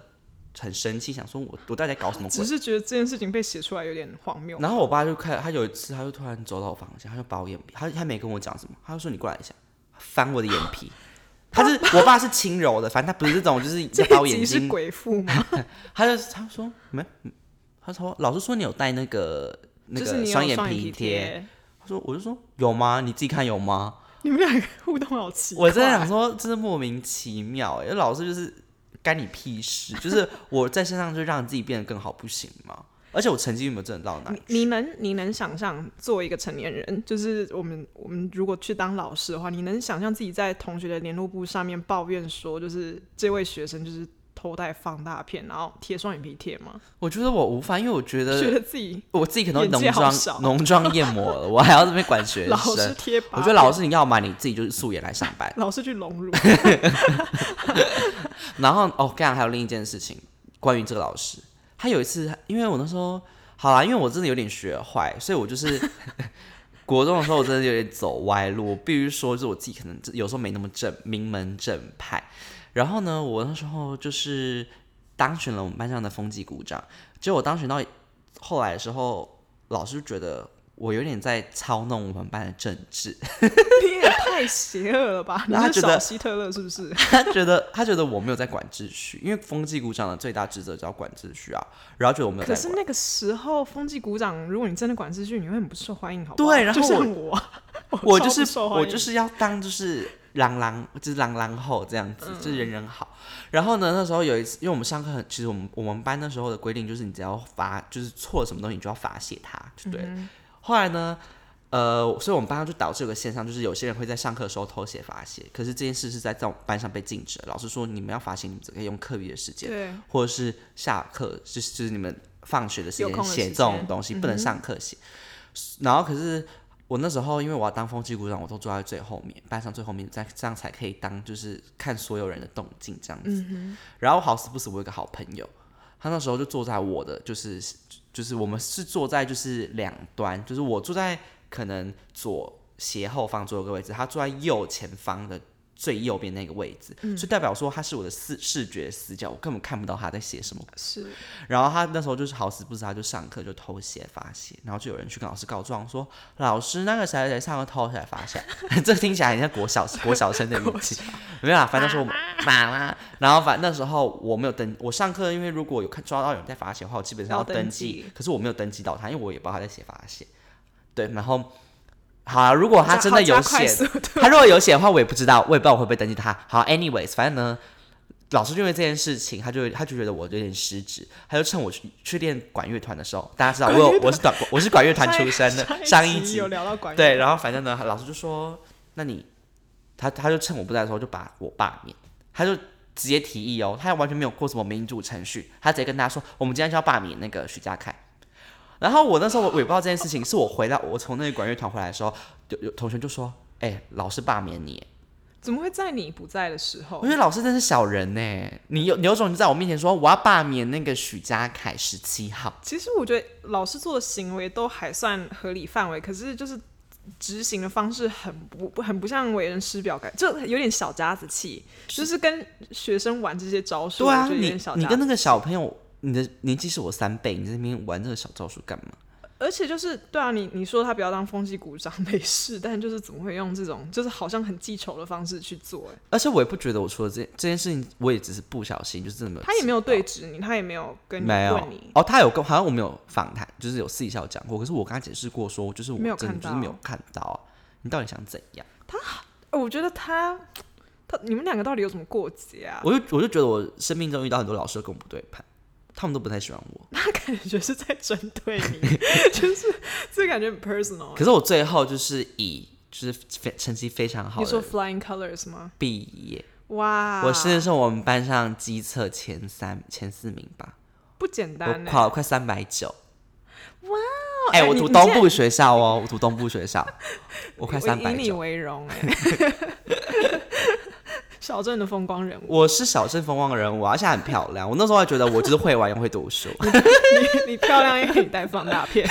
[SPEAKER 1] 很生气，想说我我到底在搞什么
[SPEAKER 2] 只
[SPEAKER 1] 鬼。
[SPEAKER 2] 是觉得这件事情被写出来有点荒谬。
[SPEAKER 1] 然后我爸就看，他有一次他就突然走到我房间，他就把我眼皮，他他没跟我讲什么，他就说你过来一下，翻我的眼皮， [LAUGHS] 他是我爸是轻柔的，反正他不是这种就是要把我
[SPEAKER 2] 这一 [LAUGHS]
[SPEAKER 1] 眼
[SPEAKER 2] 集是
[SPEAKER 1] 睛，
[SPEAKER 2] 鬼父吗？
[SPEAKER 1] 他就他说没，他说老师说你有带那个 [LAUGHS] 那
[SPEAKER 2] 就是
[SPEAKER 1] 个
[SPEAKER 2] 你有
[SPEAKER 1] 眼
[SPEAKER 2] 双
[SPEAKER 1] 皮
[SPEAKER 2] 皮，贴，
[SPEAKER 1] 他说我就说有吗？你自己看有吗？
[SPEAKER 2] 你们两个互动好奇怪。
[SPEAKER 1] 我真的想说，真的莫名其妙、欸，因为老师就是干你屁事，就是我在身上就让自己变得更好，不行吗？而且我成绩有没有真的到哪
[SPEAKER 2] 你？你能你能想象作为一个成年人，就是我们我们如果去当老师的话，你能想象自己在同学的联络簿上面抱怨说，就是这位学生就是偷带放大片，然后贴双眼皮贴吗？
[SPEAKER 1] 我觉得我无法，因为我
[SPEAKER 2] 觉
[SPEAKER 1] 觉得
[SPEAKER 2] 得自己
[SPEAKER 1] 我自己可能
[SPEAKER 2] 眼界
[SPEAKER 1] 浓
[SPEAKER 2] 好
[SPEAKER 1] 妆
[SPEAKER 2] 少
[SPEAKER 1] 浓妆艳抹了，我还要这边管学
[SPEAKER 2] [LAUGHS] 老师
[SPEAKER 1] 生。
[SPEAKER 2] 贴吧，
[SPEAKER 1] 我觉得老师你要嘛你自己就是素颜来上班，
[SPEAKER 2] 老师去隆
[SPEAKER 1] [LAUGHS]
[SPEAKER 2] 乳，
[SPEAKER 1] 然后哦，刚刚还有另一件事情，关于这个老师，他有一次，因为我那时候好啦，因为我真的有点学坏，所以我就是国中的时候，我真的有点走歪路。我必须说，就是我自己可能有时候没那么正名门正派。然后呢，我那时候就是当选了我们班上的风纪股长，结果我当选到后来的时候，老师觉得我有点在操弄我们班的政治。
[SPEAKER 2] 你也太邪恶了
[SPEAKER 1] [LAUGHS]
[SPEAKER 2] 吧？你
[SPEAKER 1] 然后他
[SPEAKER 2] 是
[SPEAKER 1] 觉得
[SPEAKER 2] 小希特勒是不是？
[SPEAKER 1] 他觉得 [LAUGHS] 他觉得我没有在管秩序，因为风纪股长的最大职责叫管秩序啊，然后觉得我没有
[SPEAKER 2] 可
[SPEAKER 1] 在
[SPEAKER 2] 是
[SPEAKER 1] 管。
[SPEAKER 2] 那个时候，风纪鼓掌，如果你真的管秩序，你会很不受欢迎，好不好？
[SPEAKER 1] 对然后
[SPEAKER 2] 就
[SPEAKER 1] 我
[SPEAKER 2] 像我，
[SPEAKER 1] 我
[SPEAKER 2] 超
[SPEAKER 1] 就
[SPEAKER 2] 不
[SPEAKER 1] 是
[SPEAKER 2] 受欢
[SPEAKER 1] 我
[SPEAKER 2] 迎
[SPEAKER 1] 就是要当就是郎郎就是郎郎后这样子，
[SPEAKER 2] 嗯
[SPEAKER 1] 就是人人好。然后呢，那时候有一次，因为我们上课很，其实我们我们班那时候的规定就是，你只要罚就是错了什么东西，你就要罚写他，就对了。
[SPEAKER 2] 嗯
[SPEAKER 1] 后来呢，呃，所以我们班上就导致有个现象，就是有些人会在上课的时候偷写罚写，可是这件事是在在我们班上被禁止的。老师说，你们要罚写，你们只可以用课余的时间。
[SPEAKER 2] 对，
[SPEAKER 1] 或者是下课，就是就是你们放学的时
[SPEAKER 2] 有空
[SPEAKER 1] 间
[SPEAKER 2] 的时嗯
[SPEAKER 1] 写这种东西，不能上课写。然后可是我那时候因为我要当风纪股长，我都坐在最后面，班上最后面，这这样才可以当就是看所有人的动静这样子。
[SPEAKER 2] 嗯
[SPEAKER 1] 然后好死不死，我有一个好朋友，他那时候就坐在我的就是就是我们是坐在就是两端，就是我坐在可能左斜后方左右个位置，他坐在右前方的最右边那个位置，
[SPEAKER 2] 嗯
[SPEAKER 1] 所以代表说他是我的视视觉死角，我根本看不到他在写什么。
[SPEAKER 2] 是
[SPEAKER 1] 然后他那时候就是好死不死，他就上课就偷写罚写，然后就有人去跟老师告状说，老师那个谁谁谁上课偷写罚写， [LAUGHS] 这听起来很像国小国小生的语气，没有啦，反正说我们妈妈，然后反那时候我没有登，我上课因为如果有看抓到有人在罚写的话，我基本上
[SPEAKER 2] 要
[SPEAKER 1] 要
[SPEAKER 2] 登
[SPEAKER 1] 登
[SPEAKER 2] 记
[SPEAKER 1] 可是我没有登记到他，因为我也不知道他在写罚写，对，然后好啦、如果他真的有
[SPEAKER 2] 好加快
[SPEAKER 1] 写
[SPEAKER 2] 速度
[SPEAKER 1] [LAUGHS] 他如果有写的话，我也不知道，我也不知道我会不会登记他。好，anyways，反正呢，老师就因为这件事情，他就他就觉得我有点失职，他就趁我去去练管乐团的时候，大家知道我有我是管我是管乐团出身的，
[SPEAKER 2] 上
[SPEAKER 1] 上一
[SPEAKER 2] 集
[SPEAKER 1] 集
[SPEAKER 2] 有聊到管
[SPEAKER 1] 对，然后反正呢，老师就说，那你他他就趁我不在的时候就把我罢免，他就直接提议哦，他完全没有过什么民主程序，他直接跟大家说，我们今天就要罢免那个许家凯。然后我那时候我我也不知道这件事情，是我回到我从那个管乐团回来的时候，有有同学就说，哎、老师罢免你，
[SPEAKER 2] 怎么会在你不在的时候
[SPEAKER 1] 我觉？得老师真是小人呢，你有你有种就在我面前说我要罢免那个许家凯十七号。
[SPEAKER 2] 其实我觉得老师做的行为都还算合理范围，可是就是执行的方式很不不很不像为人师表感，就有点小家子气，就是跟学生玩这些招数，
[SPEAKER 1] 对啊，
[SPEAKER 2] 我觉得有
[SPEAKER 1] 你
[SPEAKER 2] 点小
[SPEAKER 1] 你
[SPEAKER 2] 家
[SPEAKER 1] 跟
[SPEAKER 2] 子
[SPEAKER 1] 那个小朋友，你的年纪是我三倍，你在那边玩这个小招数干嘛？
[SPEAKER 2] 而且就是对啊，你你说他不要当风纪股长没事， [LAUGHS] 但就是怎么会用这种就是好像很记仇的方式去做、欸？
[SPEAKER 1] 而且我也不觉得我说的这这件事情，我也只是不小心，就是这么。
[SPEAKER 2] 他也没有对峙你，他也没有跟你
[SPEAKER 1] 没有
[SPEAKER 2] 问你，
[SPEAKER 1] 哦，他有跟好像我们有访谈，就是有私底下有讲过，可是我跟他解释过说，就是我
[SPEAKER 2] 没有
[SPEAKER 1] 真的
[SPEAKER 2] 看
[SPEAKER 1] 就
[SPEAKER 2] 到
[SPEAKER 1] 是没有看到啊，你到底想怎样？
[SPEAKER 2] 呃我觉得他他你们两个到底有什么过节啊？ [LAUGHS]
[SPEAKER 1] 我就我就觉得我生命中遇到很多老师都跟我不对盘，他们都不太喜欢我。
[SPEAKER 2] [LAUGHS] 他感觉是在针对你，
[SPEAKER 1] [LAUGHS]
[SPEAKER 2] 就是这感觉很 personal 欸、
[SPEAKER 1] 可是我最后就是以就是非成绩非常好
[SPEAKER 2] 你说啊
[SPEAKER 1] 的
[SPEAKER 2] flying colors 吗？
[SPEAKER 1] 毕业，
[SPEAKER 2] 哇，
[SPEAKER 1] 我甚至是我们班上机测前三前四名吧，
[SPEAKER 2] 不简单欸
[SPEAKER 1] 我
[SPEAKER 2] 呢、
[SPEAKER 1] 考了快三百九。
[SPEAKER 2] 哇！
[SPEAKER 1] 哎、
[SPEAKER 2] 哎
[SPEAKER 1] 我
[SPEAKER 2] 你
[SPEAKER 1] 读
[SPEAKER 2] 你
[SPEAKER 1] 东
[SPEAKER 2] 竟然
[SPEAKER 1] 部学校哦，我读东部
[SPEAKER 2] [LAUGHS]
[SPEAKER 1] 学校，
[SPEAKER 2] 我
[SPEAKER 1] 我快三百
[SPEAKER 2] 以
[SPEAKER 1] 九
[SPEAKER 2] 你。为
[SPEAKER 1] [LAUGHS]
[SPEAKER 2] 荣哎、 [LAUGHS] 小镇的风光人物， [LAUGHS]
[SPEAKER 1] 我是小镇风光的人物啊，而且还很漂亮。我那时候还觉得我就是会玩又会读书，
[SPEAKER 2] 你你漂亮也可以带放大片，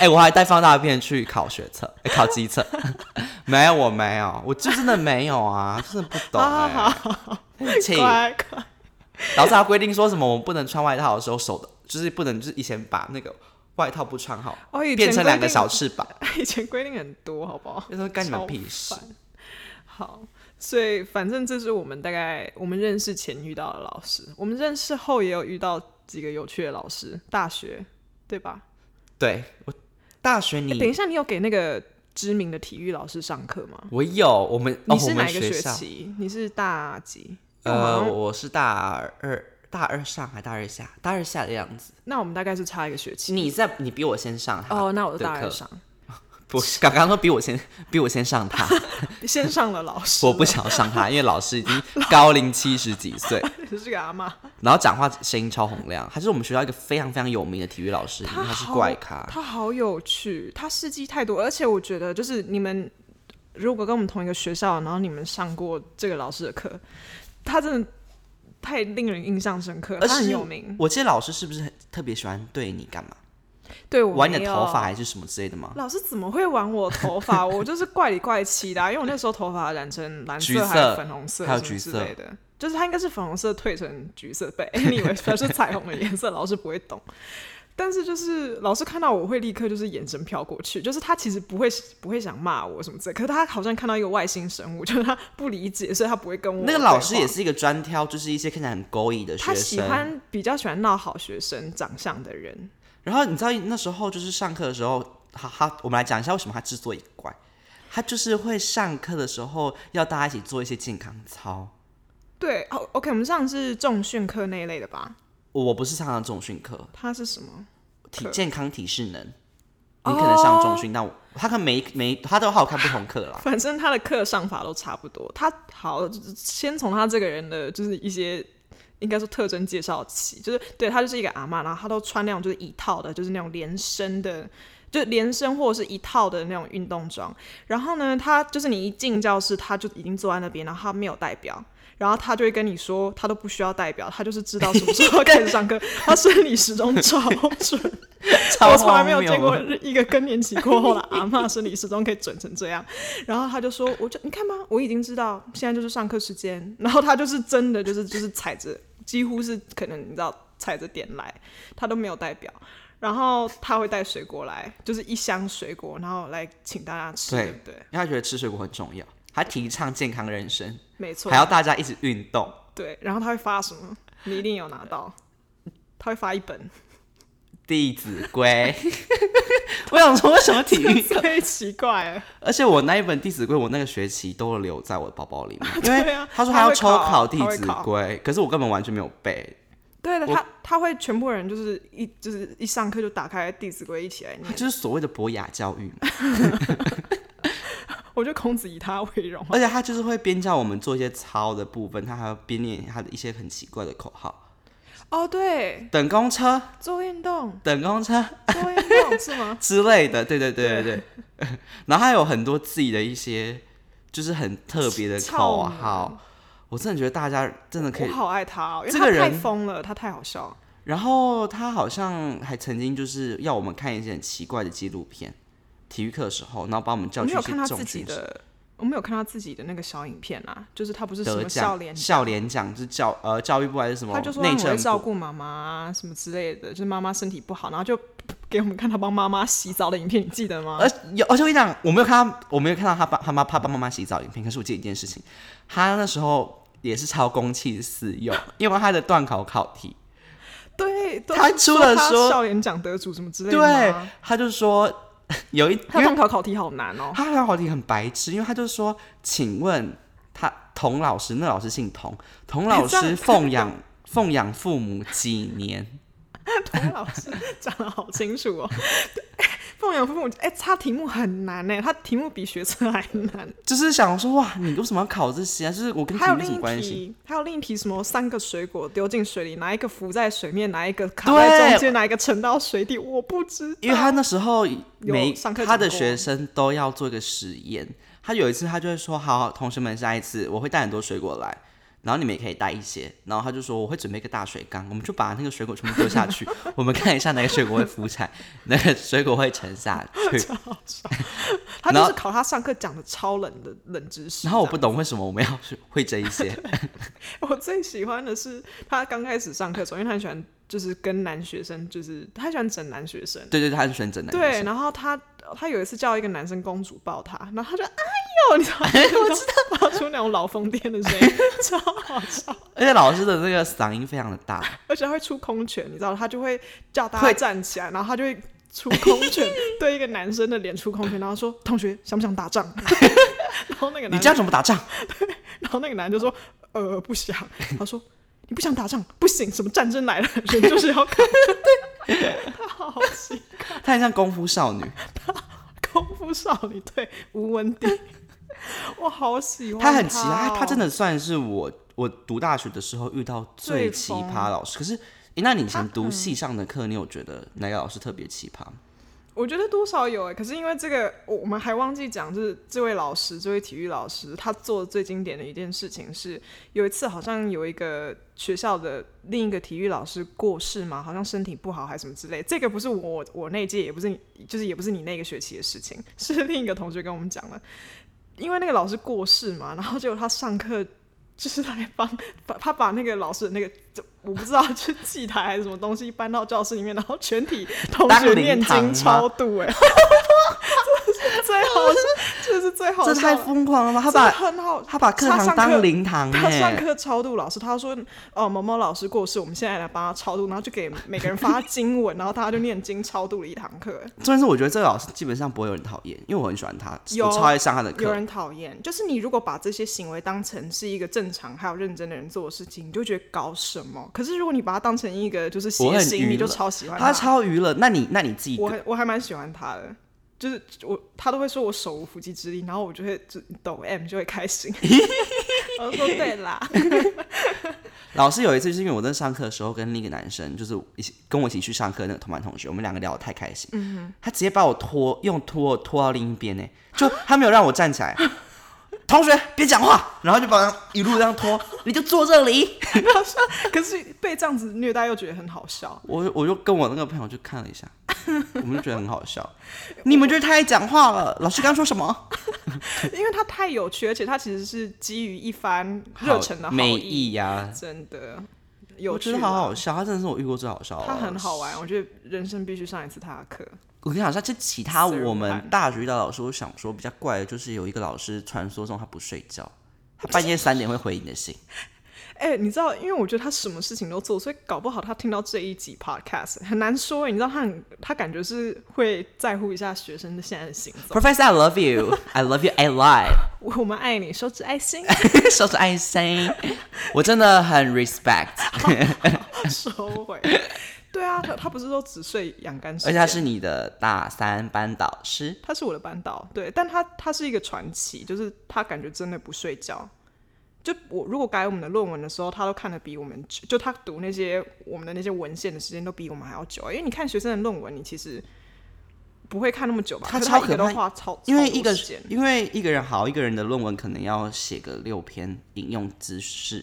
[SPEAKER 1] 哎、我还带放大片去考学测、哎考机测。 [LAUGHS] 没有，我没有，我就真的没有啊，真的不懂、
[SPEAKER 2] 好
[SPEAKER 1] 哎。
[SPEAKER 2] 好好，
[SPEAKER 1] 气
[SPEAKER 2] 乖乖。
[SPEAKER 1] 老师还规定说什么，我们不能穿外套的时候手的，就是不能就是以前把那个外套不穿好，
[SPEAKER 2] 哦，以前
[SPEAKER 1] 变成两个
[SPEAKER 2] [LAUGHS] 规定
[SPEAKER 1] 小翅膀，
[SPEAKER 2] 以前规定很多，好不好？
[SPEAKER 1] 就说干你们
[SPEAKER 2] 超
[SPEAKER 1] 屁事
[SPEAKER 2] 烦。好，所以反正这是我们大概我们认识前遇到的老师，我们认识后也有遇到几个有趣的老师，大学对吧？
[SPEAKER 1] 对我大学
[SPEAKER 2] 诶等
[SPEAKER 1] 你
[SPEAKER 2] 一下，你有给那个知名的体育老师上课吗？
[SPEAKER 1] 我有我们哦
[SPEAKER 2] 你是
[SPEAKER 1] 我
[SPEAKER 2] 哪
[SPEAKER 1] 们
[SPEAKER 2] 一个
[SPEAKER 1] 学
[SPEAKER 2] 学
[SPEAKER 1] 校
[SPEAKER 2] 期？你是大几？
[SPEAKER 1] 呃
[SPEAKER 2] 我们
[SPEAKER 1] 我是大二大二上还大二下大二下的样子，
[SPEAKER 2] 那我们大概是差一个学
[SPEAKER 1] [LAUGHS]
[SPEAKER 2] 期。
[SPEAKER 1] 你在你比我先上他
[SPEAKER 2] 嗯哦，那我
[SPEAKER 1] 的
[SPEAKER 2] 大
[SPEAKER 1] 课
[SPEAKER 2] 二上，
[SPEAKER 1] 不是刚刚说比我先 [LAUGHS] 比我先
[SPEAKER 2] [LAUGHS]
[SPEAKER 1] 上他，
[SPEAKER 2] 先上了老师，[LAUGHS]
[SPEAKER 1] 我不想上他，因为老师已经高龄七十几岁，
[SPEAKER 2] 是个阿妈，
[SPEAKER 1] 然后讲话声音超洪亮，他是我们学校一个非常非常有名的体育老师，因
[SPEAKER 2] 他
[SPEAKER 1] 为他是
[SPEAKER 2] 好
[SPEAKER 1] 怪咖，
[SPEAKER 2] 他好有趣，他事迹太多，而且我觉得就是你们如果跟我们同一个学校，然后你们上过这个老师的课，他真的太令人印象深刻，
[SPEAKER 1] 而
[SPEAKER 2] 他很
[SPEAKER 1] 且
[SPEAKER 2] 有名。
[SPEAKER 1] 我记得老师是不是很特别喜欢对你干嘛？
[SPEAKER 2] 对我
[SPEAKER 1] 玩你
[SPEAKER 2] 没
[SPEAKER 1] 的
[SPEAKER 2] 有
[SPEAKER 1] 头发还是什么之类的吗？
[SPEAKER 2] 老师怎么会玩我头
[SPEAKER 1] [LAUGHS]
[SPEAKER 2] 发？我就是怪里怪气的、啊，因为我那时候头发染成蓝
[SPEAKER 1] 橘
[SPEAKER 2] 色
[SPEAKER 1] 色
[SPEAKER 2] 还有粉红色，
[SPEAKER 1] 还有
[SPEAKER 2] 什么
[SPEAKER 1] 橘
[SPEAKER 2] 之
[SPEAKER 1] 色
[SPEAKER 2] 类的，就是它应该是粉红色褪成橘色，对 [LAUGHS] ，anyway，它是彩虹的颜色，老师不会懂。但是就是老师看到我会立刻就是眼神飘过去，就是他其实不会不会想骂我什么之类，可是他好像看到一个外星生物， [LAUGHS] 就是他不理解，所以他不会跟我
[SPEAKER 1] 那个老师
[SPEAKER 2] 对话
[SPEAKER 1] 也是一个专挑，就是一些看起来很勾引的
[SPEAKER 2] 他
[SPEAKER 1] 学
[SPEAKER 2] 喜
[SPEAKER 1] 生。
[SPEAKER 2] 欢比较喜欢闹好学生长相的人，
[SPEAKER 1] 然后你知道那时候就是上课的时候，哈哈，我们来讲一下为什么他之所以怪，他就是会上课的时候要大家一起做一些健康操。
[SPEAKER 2] 对，哦，OK，我们上的是重训课那一类的吧？
[SPEAKER 1] 我不是上了重训课，
[SPEAKER 2] 他是什么？
[SPEAKER 1] 体
[SPEAKER 2] 课哦
[SPEAKER 1] 健康体适能，你可能上重训，但我他可能每每他都好看不同课啦。
[SPEAKER 2] 反正他的课上法都差不多。他好，就是先从他这个人的就是一些应该说特征介绍起，就是对他就是一个阿嬷，然后他都穿那种就是一套的，就是那种连身的。就连身或者是一套的那种运动装，然后呢，他就是你一进教室，他就已经坐在那边，然后他没有代表，然后他就会跟你说，他都不需要代表，他就是知道什么时候开始上课，他生理时钟 [LAUGHS] 超准，
[SPEAKER 1] 超
[SPEAKER 2] [LAUGHS] 我从来没有
[SPEAKER 1] 荒谬
[SPEAKER 2] 见过
[SPEAKER 1] 的
[SPEAKER 2] 一个更年期过后的阿嬷生理时钟可以准成这样。然后他就说：“我就你看吗？我已经知道现在就是上课时间。”然后他就是真的就是就是踩着，几乎是可能你知道踩着点来，他都没有代表。然后他会带水果来，就是一箱水果，然后来请大家吃，
[SPEAKER 1] 对
[SPEAKER 2] 对不对？
[SPEAKER 1] 因为他觉得吃水果很重要，他提倡健康人生，
[SPEAKER 2] 没错
[SPEAKER 1] 还，要大家一起运动。
[SPEAKER 2] 对。然后他会发什么？你一定有拿到。
[SPEAKER 1] 呃
[SPEAKER 2] 他会发一本， [LAUGHS]
[SPEAKER 1] 《弟子规》，我想说为什么体育？
[SPEAKER 2] 太奇怪了。
[SPEAKER 1] 而且我那一本《弟子规》，我那个学期都留在我的包包里
[SPEAKER 2] [LAUGHS]
[SPEAKER 1] 面，因
[SPEAKER 2] 对
[SPEAKER 1] 为
[SPEAKER 2] 啊
[SPEAKER 1] 他说
[SPEAKER 2] 他
[SPEAKER 1] 要
[SPEAKER 2] 会
[SPEAKER 1] 抽
[SPEAKER 2] 考
[SPEAKER 1] 《弟
[SPEAKER 2] 他会
[SPEAKER 1] 子
[SPEAKER 2] 考
[SPEAKER 1] 规》，可是我根本完全没有背，
[SPEAKER 2] 对的，
[SPEAKER 1] 我
[SPEAKER 2] 他他会全部人就是一就是一上课就打开《弟子规》一起来念，
[SPEAKER 1] 就是所谓的博雅教育嘛。
[SPEAKER 2] [LAUGHS] 我觉得孔子以他为荣。啊
[SPEAKER 1] 而且他就是会边教我们做一些操的部分，他还要边念他的一些很奇怪的口号：
[SPEAKER 2] 哦，对，
[SPEAKER 1] 等公车，
[SPEAKER 2] 做运动，
[SPEAKER 1] 等公车
[SPEAKER 2] 做运动是吗？
[SPEAKER 1] 之类的。对对对对对。 [LAUGHS] 然后他有很多自己的一些就是很特别的口
[SPEAKER 2] 操 [LAUGHS]
[SPEAKER 1] 号，我真的觉得大家真 [LAUGHS] 的可
[SPEAKER 2] 我
[SPEAKER 1] 以
[SPEAKER 2] 好爱他、哦，因
[SPEAKER 1] 这
[SPEAKER 2] 为他
[SPEAKER 1] 个人
[SPEAKER 2] 太疯了，他太好笑了。
[SPEAKER 1] 然后他好像还曾经就是要我们看一些很奇怪的纪录片，体育课的时候，然后把我们
[SPEAKER 2] 我
[SPEAKER 1] 叫
[SPEAKER 2] 没
[SPEAKER 1] 去
[SPEAKER 2] 有
[SPEAKER 1] 一
[SPEAKER 2] 看他
[SPEAKER 1] 些
[SPEAKER 2] 自
[SPEAKER 1] 重
[SPEAKER 2] 己
[SPEAKER 1] 训室。
[SPEAKER 2] 的，我没有看他自己的那个小影片啊，就是他不是什
[SPEAKER 1] 得
[SPEAKER 2] 么
[SPEAKER 1] 奖
[SPEAKER 2] 笑脸，
[SPEAKER 1] 校联奖是教呃教育部还是什么
[SPEAKER 2] 他就说
[SPEAKER 1] 内
[SPEAKER 2] 让我会
[SPEAKER 1] 政
[SPEAKER 2] 照
[SPEAKER 1] 部？
[SPEAKER 2] 顾妈妈啊什么之类的，就是妈妈身体不好，然后就 [LAUGHS] 给我们看他帮妈妈洗澡的影片，你记得吗？
[SPEAKER 1] 而呃有而且我跟你讲，我没有看到我没有看到他爸他妈爸爸妈妈洗澡影片，可是我记得一件事情，他那时候也是超公器私用，因为他的段考考题，
[SPEAKER 2] 对，都
[SPEAKER 1] 他
[SPEAKER 2] 是
[SPEAKER 1] 出了
[SPEAKER 2] 他
[SPEAKER 1] 说
[SPEAKER 2] 笑脸奖得主什么之类的
[SPEAKER 1] 对
[SPEAKER 2] 吗，
[SPEAKER 1] 他就说 [LAUGHS] 有一
[SPEAKER 2] 他段考考题好难哦。
[SPEAKER 1] 他还好题很白痴，因为他就说：“请问他童老师，那老师姓童，童老
[SPEAKER 2] 你这
[SPEAKER 1] 师
[SPEAKER 2] 样
[SPEAKER 1] 奉养 [LAUGHS] 奉养父母几年
[SPEAKER 2] 童老
[SPEAKER 1] [LAUGHS]
[SPEAKER 2] 师讲的好清楚哦。 [LAUGHS] 凤阳父母，哎、他题目很难呢，他题目比学车还难。？”
[SPEAKER 1] 就是想说哇，你为什么要考这些啊？就是我跟题
[SPEAKER 2] 还有
[SPEAKER 1] 目有
[SPEAKER 2] 另
[SPEAKER 1] 什么
[SPEAKER 2] 一
[SPEAKER 1] 关系？
[SPEAKER 2] 题，还有另一题，什么三个水果丢进水里，哪一个浮在水面，哪一个卡
[SPEAKER 1] 对
[SPEAKER 2] 在中间，哪一个沉到水底，我不知道。
[SPEAKER 1] 因为他那时候每
[SPEAKER 2] 上课
[SPEAKER 1] 他
[SPEAKER 2] 讲
[SPEAKER 1] 的
[SPEAKER 2] 过
[SPEAKER 1] 学生都要做一个实验，他有一次他就会说：“好，同学们，下一次我会带很多水果来。”然后你们也可以带一些，然后他就说我会准备一个大水缸，我们就把那个水果全部丢下去， [LAUGHS] 我们看一下哪个水果会浮起来， [LAUGHS] 哪个水果会沉下去。
[SPEAKER 2] 他
[SPEAKER 1] 然
[SPEAKER 2] 就
[SPEAKER 1] 后
[SPEAKER 2] 是考他上课讲的超冷的冷知识。
[SPEAKER 1] 然后我
[SPEAKER 2] 这
[SPEAKER 1] 不
[SPEAKER 2] 样 [LAUGHS]
[SPEAKER 1] 懂为什么我们要是会这一些，
[SPEAKER 2] 我最喜欢的是他刚开始上课的时候，因为他很喜欢就是跟男学生，就是他喜欢整男学生。
[SPEAKER 1] 对对，对他是选整男
[SPEAKER 2] 对，
[SPEAKER 1] 生，
[SPEAKER 2] 然后他他有一次叫一个男生公主抱他，然后他就哎有，你知
[SPEAKER 1] [LAUGHS]
[SPEAKER 2] 道，我知道发出那种老疯癫的声音，超好笑，
[SPEAKER 1] 而且老师的那个嗓音非常的大，
[SPEAKER 2] [LAUGHS] 而且他会出空拳，你知道，他就会叫大家
[SPEAKER 1] 会
[SPEAKER 2] 站起来，然后他就会出空
[SPEAKER 1] [LAUGHS]
[SPEAKER 2] 拳对一个男生的脸出空拳，然后说同学想不想打仗？ [LAUGHS] 然后那个
[SPEAKER 1] 你
[SPEAKER 2] 男
[SPEAKER 1] 这样怎么打仗？
[SPEAKER 2] 然后那个男的就说：“呃，不想。”他说：“你不想打仗不行，什么战争来了，人就是要
[SPEAKER 1] [LAUGHS]
[SPEAKER 2] 看。”他 [LAUGHS] 好奇，
[SPEAKER 1] 他很像功夫
[SPEAKER 2] [LAUGHS]
[SPEAKER 1] 少女，
[SPEAKER 2] 功夫少女对吴文迪， [LAUGHS] 我好喜欢哦
[SPEAKER 1] 他很奇葩，他真
[SPEAKER 2] 的
[SPEAKER 1] 的算是我我读大学的时候遇到最
[SPEAKER 2] 最
[SPEAKER 1] 奇
[SPEAKER 2] 疯
[SPEAKER 1] 葩老师。可是，诶那你以前读系上的课，你有觉得哪个老师特别奇葩吗？
[SPEAKER 2] 我觉得多少有哎、可是因为这个，我我们还忘记讲，就是这位老师，这位体育老师，他做的最经典的一件事情是，有一次好像有一个学校的另一个体育老师过世嘛，好像身体不好还是什么之类，这个不是我我那届，也不是你，就是也不是你那个学期的事情，是另一个同学跟我们讲了，因为那个老师过世嘛，然后结果他上课。就是来帮把他把那个老师的那个，就我不知道是祭台还是什么东西搬到教室里面，然后全体同
[SPEAKER 1] 当
[SPEAKER 2] 学
[SPEAKER 1] 灵
[SPEAKER 2] 念
[SPEAKER 1] 堂
[SPEAKER 2] 经
[SPEAKER 1] 吗
[SPEAKER 2] 超度哎、这是最好笑，这是 [LAUGHS] 最好笑
[SPEAKER 1] 这
[SPEAKER 2] 的，
[SPEAKER 1] 太疯狂了吧！他
[SPEAKER 2] 真的
[SPEAKER 1] 把
[SPEAKER 2] 很好，
[SPEAKER 1] 他把课
[SPEAKER 2] 他
[SPEAKER 1] 堂
[SPEAKER 2] 上
[SPEAKER 1] 当
[SPEAKER 2] 课
[SPEAKER 1] 灵堂
[SPEAKER 2] [LAUGHS] 他上
[SPEAKER 1] 哎，
[SPEAKER 2] 课超度老师，他说：“哦，某某老师过世，我们现在来帮他超度。”然后就给每个人发经文，然后大家就念经超度了一堂
[SPEAKER 1] [LAUGHS]
[SPEAKER 2] 课。
[SPEAKER 1] 重点是我觉得这个老师基本上不会有人讨厌，因为我很喜欢他，
[SPEAKER 2] 有
[SPEAKER 1] 我超爱上他的
[SPEAKER 2] 有
[SPEAKER 1] 课。
[SPEAKER 2] 人讨厌，就是你如果把这些行为当成是一个正常还有认真的人做的事情，你就觉得搞什么。可是如果你把它当成一个就是谐
[SPEAKER 1] 我很
[SPEAKER 2] 星，
[SPEAKER 1] 娱
[SPEAKER 2] 你就
[SPEAKER 1] 乐
[SPEAKER 2] 超喜欢
[SPEAKER 1] 他超娱乐，那你那你自己
[SPEAKER 2] 我还我还蛮喜欢他的，就是我他都会说我手无缚鸡之力，然后我就会就抖 M 就会开
[SPEAKER 1] [LAUGHS]
[SPEAKER 2] 心。我就说对啦， [LAUGHS]
[SPEAKER 1] 老师有一次是因为我在上课的时候跟另一个男生，就是一起跟我一起去上课那个同班同学，我们两个聊得太开心，他直接把我拖用拖拖到另一边呢，就他没有让我站起来， [LAUGHS] 同学别讲话，然后就把我一路这样拖，你就坐这里。
[SPEAKER 2] 可是被这样子虐待又觉得很好笑。
[SPEAKER 1] 我我就跟我那个朋友就看了一下， [LAUGHS] 我们就觉得很
[SPEAKER 2] [LAUGHS]
[SPEAKER 1] 好笑，你们就是太爱讲话了。老师刚说什么？
[SPEAKER 2] 因为他太有趣，而且他其实是基于一番热忱的好
[SPEAKER 1] 美
[SPEAKER 2] 意，
[SPEAKER 1] 意呀、
[SPEAKER 2] 真的
[SPEAKER 1] 我
[SPEAKER 2] 有趣
[SPEAKER 1] 觉得
[SPEAKER 2] 啦，
[SPEAKER 1] 好好笑，他真的是我遇过最好笑的。
[SPEAKER 2] 他很好玩，我觉得人生必须上一次他的课。
[SPEAKER 1] 我跟你讲，像这其他
[SPEAKER 2] 死人
[SPEAKER 1] 我
[SPEAKER 2] 不
[SPEAKER 1] 们
[SPEAKER 2] 看
[SPEAKER 1] 大学遇到的老师，我想说比较怪的就是有一个老师传说中他不睡觉，他半夜三点会回你的信，
[SPEAKER 2] 哎、你知道，因为我觉得他什么事情都做，所以搞不好他听到这一集 podcast 很难说。你知道他很，他感觉是会在乎一下学生的现在的行踪。
[SPEAKER 1] Professor I love you, I love you, I [LAUGHS] lie，
[SPEAKER 2] 我们爱你，手指爱心，
[SPEAKER 1] 手指爱心，我真的很 respect，
[SPEAKER 2] 收回。对啊，他他不是说只睡养肝时
[SPEAKER 1] 而且
[SPEAKER 2] 间，
[SPEAKER 1] 他是你的大三班导师，
[SPEAKER 2] 他是我的班导，对，但他他是一个传奇，就是他感觉真的不睡觉。就我如果改我们的论文的时候，他都看得比我们久，就他读那些我们的那些文献的时间都比我们还要久啊。因为你看学生的论文，你其实不会看那么久吧？
[SPEAKER 1] 他
[SPEAKER 2] 可是
[SPEAKER 1] 超
[SPEAKER 2] 一个
[SPEAKER 1] 可怕
[SPEAKER 2] 都花超，
[SPEAKER 1] 因为
[SPEAKER 2] 超多
[SPEAKER 1] 一个
[SPEAKER 2] 时间
[SPEAKER 1] 因为一个人好，一个人的论文可能要写个六篇引用知识，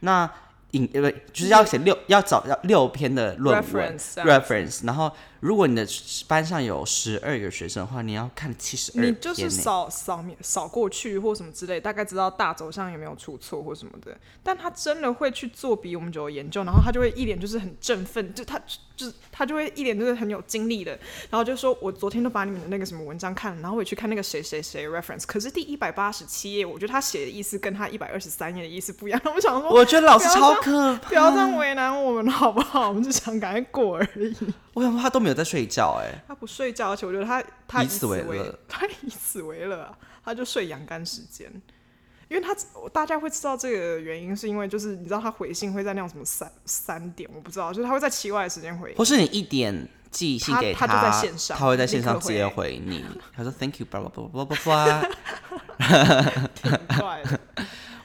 [SPEAKER 1] 那引呃不就是要写六要找要六篇的论文
[SPEAKER 2] 嗯 reference 这样
[SPEAKER 1] reference，然后如果你的班上有十二个学生的话，你要看七十二
[SPEAKER 2] 你
[SPEAKER 1] 篇呢。
[SPEAKER 2] 就是扫扫描扫过去或什么之类，大概知道大走向有没有出错或什么的。但他真的会去做比我们久的研究，然后他就会一脸就是很振奋，就他就是他就会一脸就是很有精力的，然后就说我昨天都把你们的那个什么文章看了，然后我也去看那个谁谁谁 reference，可是第一百八十七页，我觉得他写的意思跟他一百二十三页的意思不一样。 [LAUGHS] 我想说，
[SPEAKER 1] 我觉得老师
[SPEAKER 2] 不要
[SPEAKER 1] 超可怕，
[SPEAKER 2] 不要这样为难我们好不好？我们就想赶快过而已。
[SPEAKER 1] 我想说他都没有在睡觉哎、
[SPEAKER 2] 他不睡觉，而且我觉得他他
[SPEAKER 1] 以
[SPEAKER 2] 以
[SPEAKER 1] 此
[SPEAKER 2] 此
[SPEAKER 1] 为
[SPEAKER 2] 为
[SPEAKER 1] 乐，
[SPEAKER 2] [LAUGHS] 他以此为乐、啊，他就睡养肝时间。因为他大家会知道这个原因，是因为就是你知道他回信会在那种什么三三点，我不知道，就是他会在奇怪的时间
[SPEAKER 1] [LAUGHS]
[SPEAKER 2] 回
[SPEAKER 1] 或是你一点寄信给
[SPEAKER 2] 哎他他就在线上
[SPEAKER 1] 他会在线上
[SPEAKER 2] 立刻
[SPEAKER 1] 直
[SPEAKER 2] 回
[SPEAKER 1] 接回你，他说 Thank you，blah blah blah blah blah blah。
[SPEAKER 2] 怪
[SPEAKER 1] [LAUGHS]
[SPEAKER 2] 的。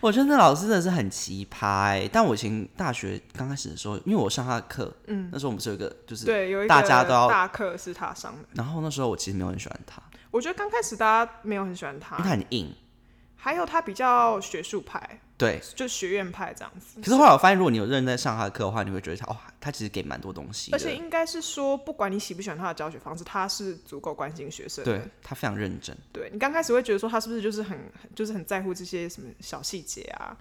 [SPEAKER 1] 我觉得那老师真的是很奇葩、欸，但我以前大学刚开始的时候，因为我上他的课，嗯，那时候我们是有一个就是
[SPEAKER 2] 对，有一个
[SPEAKER 1] 大家都要
[SPEAKER 2] 大课是他上的。
[SPEAKER 1] 然后那时候我其实没有很喜欢他，
[SPEAKER 2] 我觉得刚开始大家没有很喜欢
[SPEAKER 1] [LAUGHS] 因为他
[SPEAKER 2] 他，
[SPEAKER 1] 很硬，
[SPEAKER 2] 还有他比较学术派，
[SPEAKER 1] 对。
[SPEAKER 2] 就学院派这样子
[SPEAKER 1] 可。是后来我发现，如果你有认真在上他的课的话，你会觉得他哇，他其实给蛮多东西的，
[SPEAKER 2] 而且应该是说，不管你喜不喜欢他的教学方式，他是足够关心学生的。
[SPEAKER 1] 对他非常认真。
[SPEAKER 2] 对你刚开始会觉得说他是不是就是很就是很在乎这些什么小细节啊，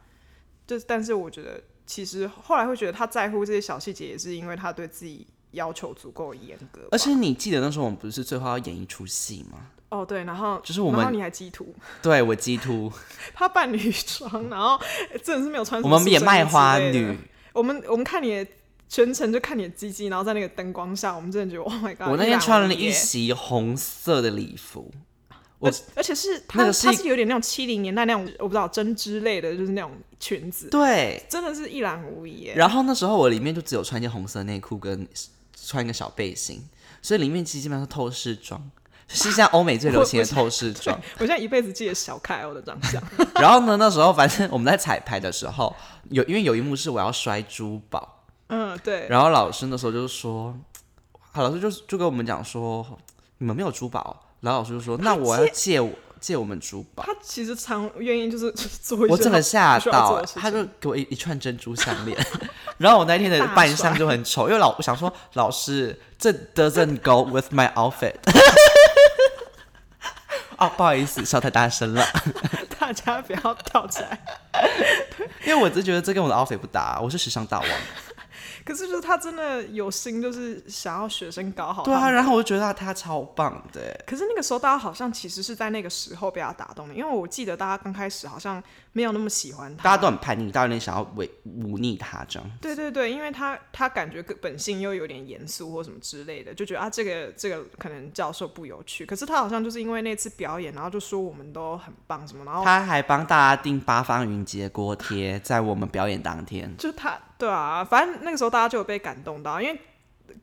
[SPEAKER 2] 就是但是我觉得其实后来会觉得他在乎这些小细节，也是因为他对自己要求足够严格吧。
[SPEAKER 1] 而且你记得那时候我们不是最后要演一出戏吗？
[SPEAKER 2] 哦，对，然后
[SPEAKER 1] 就是我
[SPEAKER 2] 然后
[SPEAKER 1] 们
[SPEAKER 2] 你还截图，
[SPEAKER 1] 对我基督，
[SPEAKER 2] [LAUGHS] 他扮女装，然后诶真的是没有穿什
[SPEAKER 1] 我
[SPEAKER 2] 么
[SPEAKER 1] 们也
[SPEAKER 2] 塑身
[SPEAKER 1] 卖
[SPEAKER 2] 衣之
[SPEAKER 1] 花
[SPEAKER 2] 类的
[SPEAKER 1] 女，
[SPEAKER 2] 我们我们看你的全程就看你的鸡鸡，然后在那个灯光下，我们真的觉得 Oh my God！
[SPEAKER 1] 我那
[SPEAKER 2] 一
[SPEAKER 1] 天
[SPEAKER 2] 览
[SPEAKER 1] 穿了
[SPEAKER 2] 无遗
[SPEAKER 1] 一
[SPEAKER 2] 耶
[SPEAKER 1] 袭红色的礼服，我
[SPEAKER 2] 而且而且是它
[SPEAKER 1] 那个是
[SPEAKER 2] 它
[SPEAKER 1] 一
[SPEAKER 2] 是有点那种七零年代那种我不知道针织类的，就是那种裙子，
[SPEAKER 1] 对。
[SPEAKER 2] 真的是一览无遗耶。
[SPEAKER 1] 然后那时候我里面就只有穿一件红色内裤跟穿一个小背心，所以里面其实基本上是透视装，是像欧美最流行的透视
[SPEAKER 2] 对
[SPEAKER 1] 装。，
[SPEAKER 2] 我现在一辈子记得小凯欧的长
[SPEAKER 1] [LAUGHS]
[SPEAKER 2] 相，
[SPEAKER 1] 然后呢，那时候反正我们在彩排的时候，有因为有一幕是我要摔珠宝，
[SPEAKER 2] 嗯，对，
[SPEAKER 1] 然后老师那时候就说，好，老师就就跟我们讲说，你们没有珠宝，然后老师就说，那我要借我借我们珠宝。
[SPEAKER 2] 他其实常愿意就是 [LAUGHS] 就是做一些
[SPEAKER 1] 我真的吓
[SPEAKER 2] 不需要
[SPEAKER 1] 到、
[SPEAKER 2] 做
[SPEAKER 1] 欸
[SPEAKER 2] 的，事
[SPEAKER 1] 他
[SPEAKER 2] 情
[SPEAKER 1] 就给我一一串珍珠项链， [LAUGHS] 然后我那天的扮相就很丑，因为老我想说老师这 doesn't go with my outfit。哦，不好意思，笑太大声了，
[SPEAKER 2] 大家不要跳起来。 [LAUGHS]
[SPEAKER 1] 因为我只觉得这跟我的 outfit 不搭，我是时尚大王。
[SPEAKER 2] 哦可是就是他真的有心，就是想要学生搞好。
[SPEAKER 1] 对啊，，然后我就觉得他超棒的欸，
[SPEAKER 2] 可是那个时候大家好像其实是在那个时候被他打动的，因为我记得大家刚开始好像没有那么喜欢他，
[SPEAKER 1] 大家都很叛逆，大家有点想要违忤逆他这样。
[SPEAKER 2] 对对对，因为他他感觉本性又有点严肃或什么之类的，就觉得啊这个这个可能教授不有趣。可是他好像就是因为那次表演，然后就说我们都很棒什么，然后
[SPEAKER 1] 他还帮大家订八方云集的锅贴，在我们表演当天。
[SPEAKER 2] 就他对啊，反正那个时候大家就有被感动到，因为。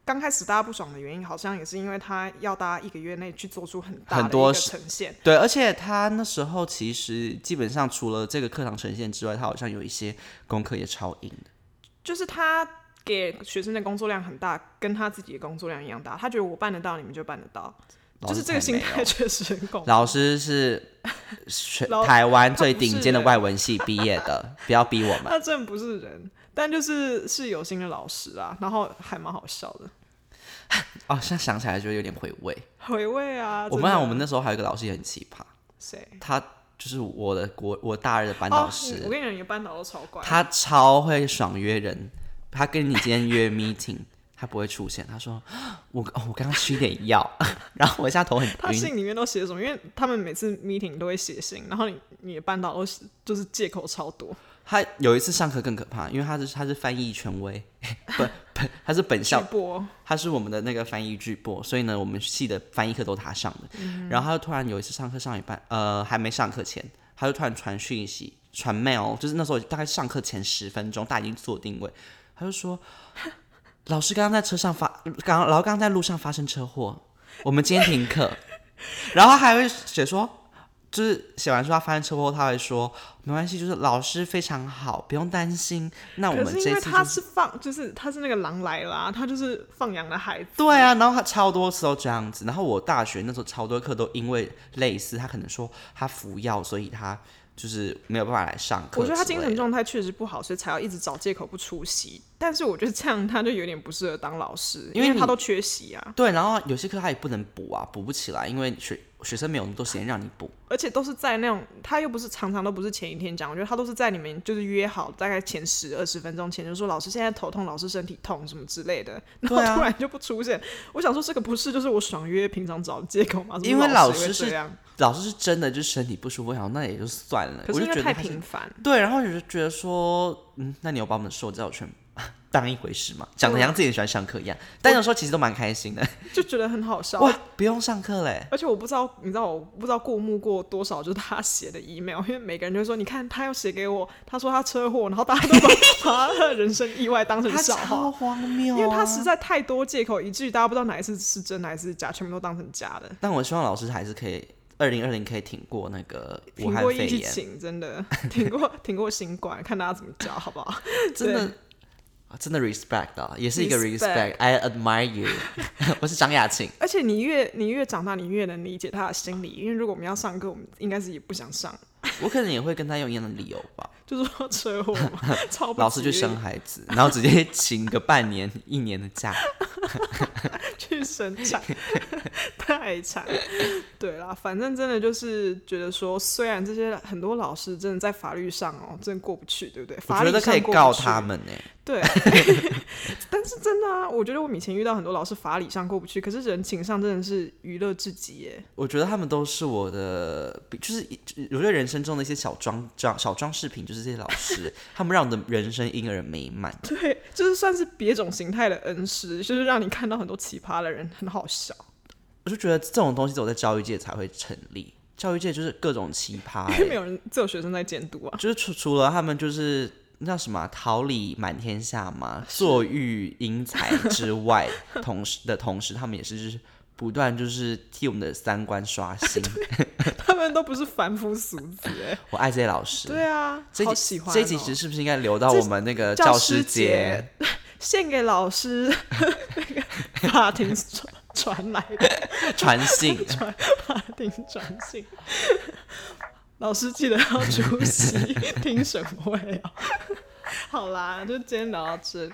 [SPEAKER 2] 刚开始大家不爽的原因，好像也是因为他要大家一个月内去做出很大的
[SPEAKER 1] 很
[SPEAKER 2] 一
[SPEAKER 1] 多
[SPEAKER 2] 个
[SPEAKER 1] 事
[SPEAKER 2] 呈现，
[SPEAKER 1] 对，而且他那时候其实基本上除了这个课堂呈现之外，他好像有一些功课也超硬的。
[SPEAKER 2] 就是他给学生的工作量很大，跟他自己的工作量一样大。他觉得我办得到，你们就办得到，
[SPEAKER 1] 老
[SPEAKER 2] 就
[SPEAKER 1] 师
[SPEAKER 2] 是这个
[SPEAKER 1] 才
[SPEAKER 2] 心
[SPEAKER 1] 没
[SPEAKER 2] 态
[SPEAKER 1] 有。
[SPEAKER 2] 确实很恐怖。
[SPEAKER 1] 老师是全
[SPEAKER 2] 老
[SPEAKER 1] 台湾
[SPEAKER 2] 他
[SPEAKER 1] 最
[SPEAKER 2] 不
[SPEAKER 1] 顶
[SPEAKER 2] 是
[SPEAKER 1] 尖的
[SPEAKER 2] 人
[SPEAKER 1] 外文系毕业的，不要逼我们。
[SPEAKER 2] 他真的不是人，但就是是有心的老师啊，然后还蛮好笑的，
[SPEAKER 1] 哦，现在想起来就有点回味。
[SPEAKER 2] 回味啊。
[SPEAKER 1] 我
[SPEAKER 2] 真
[SPEAKER 1] 们
[SPEAKER 2] 的
[SPEAKER 1] 我们那时候还有一个老师也很奇葩，
[SPEAKER 2] 谁？
[SPEAKER 1] 他就是我的国我大二的班
[SPEAKER 2] 哦
[SPEAKER 1] 导，师
[SPEAKER 2] 你，我跟你讲，你的班导都超怪。
[SPEAKER 1] 他超会爽约人。他跟你今天约 meeting，他不会出现。他说 [GASPS] 我哦我刚刚吃一点药， [LAUGHS] 然后我现在头很
[SPEAKER 2] 他
[SPEAKER 1] 晕。
[SPEAKER 2] 信里面都写什么？因为他们每次 meeting 都会写信，然后你你的班导都是就是借口超多，
[SPEAKER 1] 他有一次上课更可怕，因为他是他是翻译权威， [LAUGHS] 本本他是本
[SPEAKER 2] 巨
[SPEAKER 1] 校，
[SPEAKER 2] 波
[SPEAKER 1] 他是我们的那个翻译剧部，所以呢，我们系的翻译课都是他上的。
[SPEAKER 2] 嗯
[SPEAKER 1] 然后他就突然有一次上课上一半，呃，还没上课前，他就突然传讯息，传 mail，就是那时候大概上课前十分钟，大家已经做定位，他就说， [LAUGHS] 老师刚刚在车上发，刚然后刚刚在路上发生车祸，我们今天停课， [LAUGHS] 然后还会写说。就是写完说他发生车祸，他会说没关系，就是老师非常好，不用担心。那我们
[SPEAKER 2] 可是
[SPEAKER 1] 这
[SPEAKER 2] 因为
[SPEAKER 1] 次
[SPEAKER 2] 他
[SPEAKER 1] 就是
[SPEAKER 2] 放，就是他是那个狼来啦、他就是放羊的孩子。
[SPEAKER 1] 对啊，然后他超多次都这样子。然后我大学那时候超多课都因为类似，他可能说他服药，所以他就是没有办法来上课之类的。
[SPEAKER 2] 我觉得他精神状态确实不好，所以才要一直找借口不出席。但是我觉得这样他就有点不适合当老师，因
[SPEAKER 1] 因为
[SPEAKER 2] 他
[SPEAKER 1] 你
[SPEAKER 2] 都缺席啊，
[SPEAKER 1] 对，然后有些课他也不能补啊，补不起来，因为学学生没有那么多时间让你补。
[SPEAKER 2] 而且都是在那种他又不是常常都不是前一天讲，我觉得他都是在你们就是约好大概前十二十分钟前就说老师现在头痛，老师身体痛什么之 [LAUGHS] 类的，然后
[SPEAKER 1] 对啊
[SPEAKER 2] 突然就不出现。我想说这个不是就是我爽约平常找的借口吗？怎么
[SPEAKER 1] 因为
[SPEAKER 2] 老
[SPEAKER 1] 老师
[SPEAKER 2] 会
[SPEAKER 1] 是
[SPEAKER 2] 这样，
[SPEAKER 1] 老师是真的就是身体不舒服，我想那也就算了。
[SPEAKER 2] 可是
[SPEAKER 1] 我
[SPEAKER 2] 因
[SPEAKER 1] 就
[SPEAKER 2] 为
[SPEAKER 1] 觉
[SPEAKER 2] 太
[SPEAKER 1] 得他
[SPEAKER 2] 频
[SPEAKER 1] 是
[SPEAKER 2] 繁，
[SPEAKER 1] 对，然后我就觉得说，嗯，那你有把我们的受教权当一回事吗？讲的像自己很喜欢上课一样，但有时候其实都蛮开心的。
[SPEAKER 2] 就觉得很好 [LAUGHS] 笑。
[SPEAKER 1] 哇， [LAUGHS] 不用上课嘞，
[SPEAKER 2] 而且我不知道，你知道我不知道过目过多少就是他写的 email，因为每个人就会说，你看他又写给我，他说他车祸，然后大家都把 [LAUGHS] 把他的人生意外当成
[SPEAKER 1] 他
[SPEAKER 2] 笑话
[SPEAKER 1] 超，荒谬、啊
[SPEAKER 2] 因为他实在太多借口，以至于大家不知道哪一次是真，哪一次是假，全部都当成假的。
[SPEAKER 1] 但我希望老师还是可以，二零二零可以挺过那个武
[SPEAKER 2] 挺
[SPEAKER 1] 汉
[SPEAKER 2] 过
[SPEAKER 1] 肺
[SPEAKER 2] 疫
[SPEAKER 1] 炎，
[SPEAKER 2] 情，真的 [LAUGHS] 挺过挺过新冠，看大家怎么教，好不好？ [LAUGHS]
[SPEAKER 1] 真的啊真的 respect 啊，也是一个
[SPEAKER 2] Respect
[SPEAKER 1] respect，I admire you，我 [LAUGHS] 是张雅琴。
[SPEAKER 2] 而且你越你越长大，你越能理解他的心理，因为如果我们要上课，我们应该是也不想上， [LAUGHS]
[SPEAKER 1] 我可能也会跟他用一样的理由吧，
[SPEAKER 2] 就是说车祸嘛， [LAUGHS] 超不
[SPEAKER 1] 老师
[SPEAKER 2] 吉
[SPEAKER 1] 就
[SPEAKER 2] 利
[SPEAKER 1] 生孩子，然后直接请个半年、一年的假。
[SPEAKER 2] [LAUGHS] 去生产， [LAUGHS] 太惨。 [LAUGHS] 对啦，反正真的就是觉得说，虽然这些很多老师真的在法律上哦，真的过不去，对不对？
[SPEAKER 1] 我
[SPEAKER 2] 法
[SPEAKER 1] 觉
[SPEAKER 2] 律
[SPEAKER 1] 得
[SPEAKER 2] 上
[SPEAKER 1] 可以
[SPEAKER 2] 过不
[SPEAKER 1] [LAUGHS] 告
[SPEAKER 2] 去
[SPEAKER 1] 他。们呢、
[SPEAKER 2] 对，但是真的啊，我觉得我们以前遇到很多老师法理上过不去，可是人情上真的是娱乐至极耶。 [LAUGHS]
[SPEAKER 1] 我觉得他们都是我的，就是我觉得人生中的一些小装装小装饰品，就是这些老师，他们让我的人生因而美满。
[SPEAKER 2] 对，就是算是别种形态的恩师，就是让你看到很多奇葩的人，很好笑。
[SPEAKER 1] 我就觉得这种东西只有在教育界才会成立，教育界就是各种奇
[SPEAKER 2] [LAUGHS]
[SPEAKER 1] 葩、
[SPEAKER 2] 因为没
[SPEAKER 1] 欸，
[SPEAKER 2] 有人，只有学生在监督啊。 [LAUGHS]
[SPEAKER 1] 就是除除了他们就是那叫什么啊桃李满天下
[SPEAKER 2] [LAUGHS]
[SPEAKER 1] 嘛，坐育英才之外，同时的同时，他们也是就是不断就是替我们的三观
[SPEAKER 2] [LAUGHS]
[SPEAKER 1] 刷新。
[SPEAKER 2] 他们都不是凡夫俗子哎。
[SPEAKER 1] 我爱这些老师。
[SPEAKER 2] 对啊，
[SPEAKER 1] 这一
[SPEAKER 2] 好
[SPEAKER 1] 集
[SPEAKER 2] 喜欢、哦。
[SPEAKER 1] 这一集其实是不是应该留到我们那个
[SPEAKER 2] 教
[SPEAKER 1] 师
[SPEAKER 2] 师节献给老师 [LAUGHS] 那个法庭传传来的
[SPEAKER 1] 传信？
[SPEAKER 2] 法庭传信。 [LAUGHS] 老师记得要出席听审会哦。 [LAUGHS] 好啦，就今天聊到这里。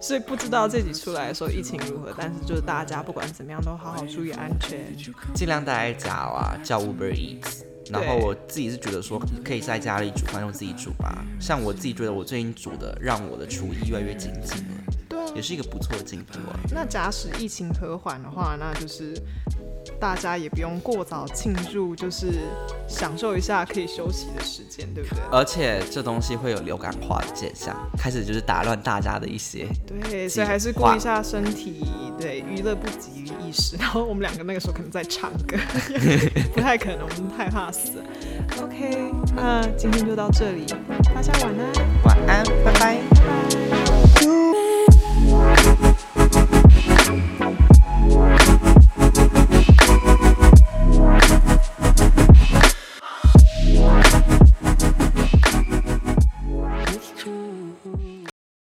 [SPEAKER 2] 所以不知道这集出来的时候疫情如何，但是就是大家不管怎么样都好好注意安全。
[SPEAKER 1] 尽量待在家啊，叫
[SPEAKER 2] 嗯
[SPEAKER 1] Uber Eats。然后我自己是觉得说，可以在家里煮饭，用自己煮吧。
[SPEAKER 2] 嗯
[SPEAKER 1] 像我自己觉得，我最近煮的让我的厨艺越来越精进了，
[SPEAKER 2] 对啊，
[SPEAKER 1] 也是一个不错的进步啊。
[SPEAKER 2] 那假使疫情和缓的话，那就是大家也不用过早庆祝，就是享受一下可以休息的时间，对不对？
[SPEAKER 1] 而且这东西会有流感化的现象，开始就是打乱大家的一些。
[SPEAKER 2] 对，所以还是顾一下身体，对，娱乐不及于一时。然后我们两个那个时候可能在唱歌， [LAUGHS] 不太可能，我们太怕死了。OK，那今天就到这里，大家晚安。
[SPEAKER 1] 晚安，拜拜。
[SPEAKER 2] 拜拜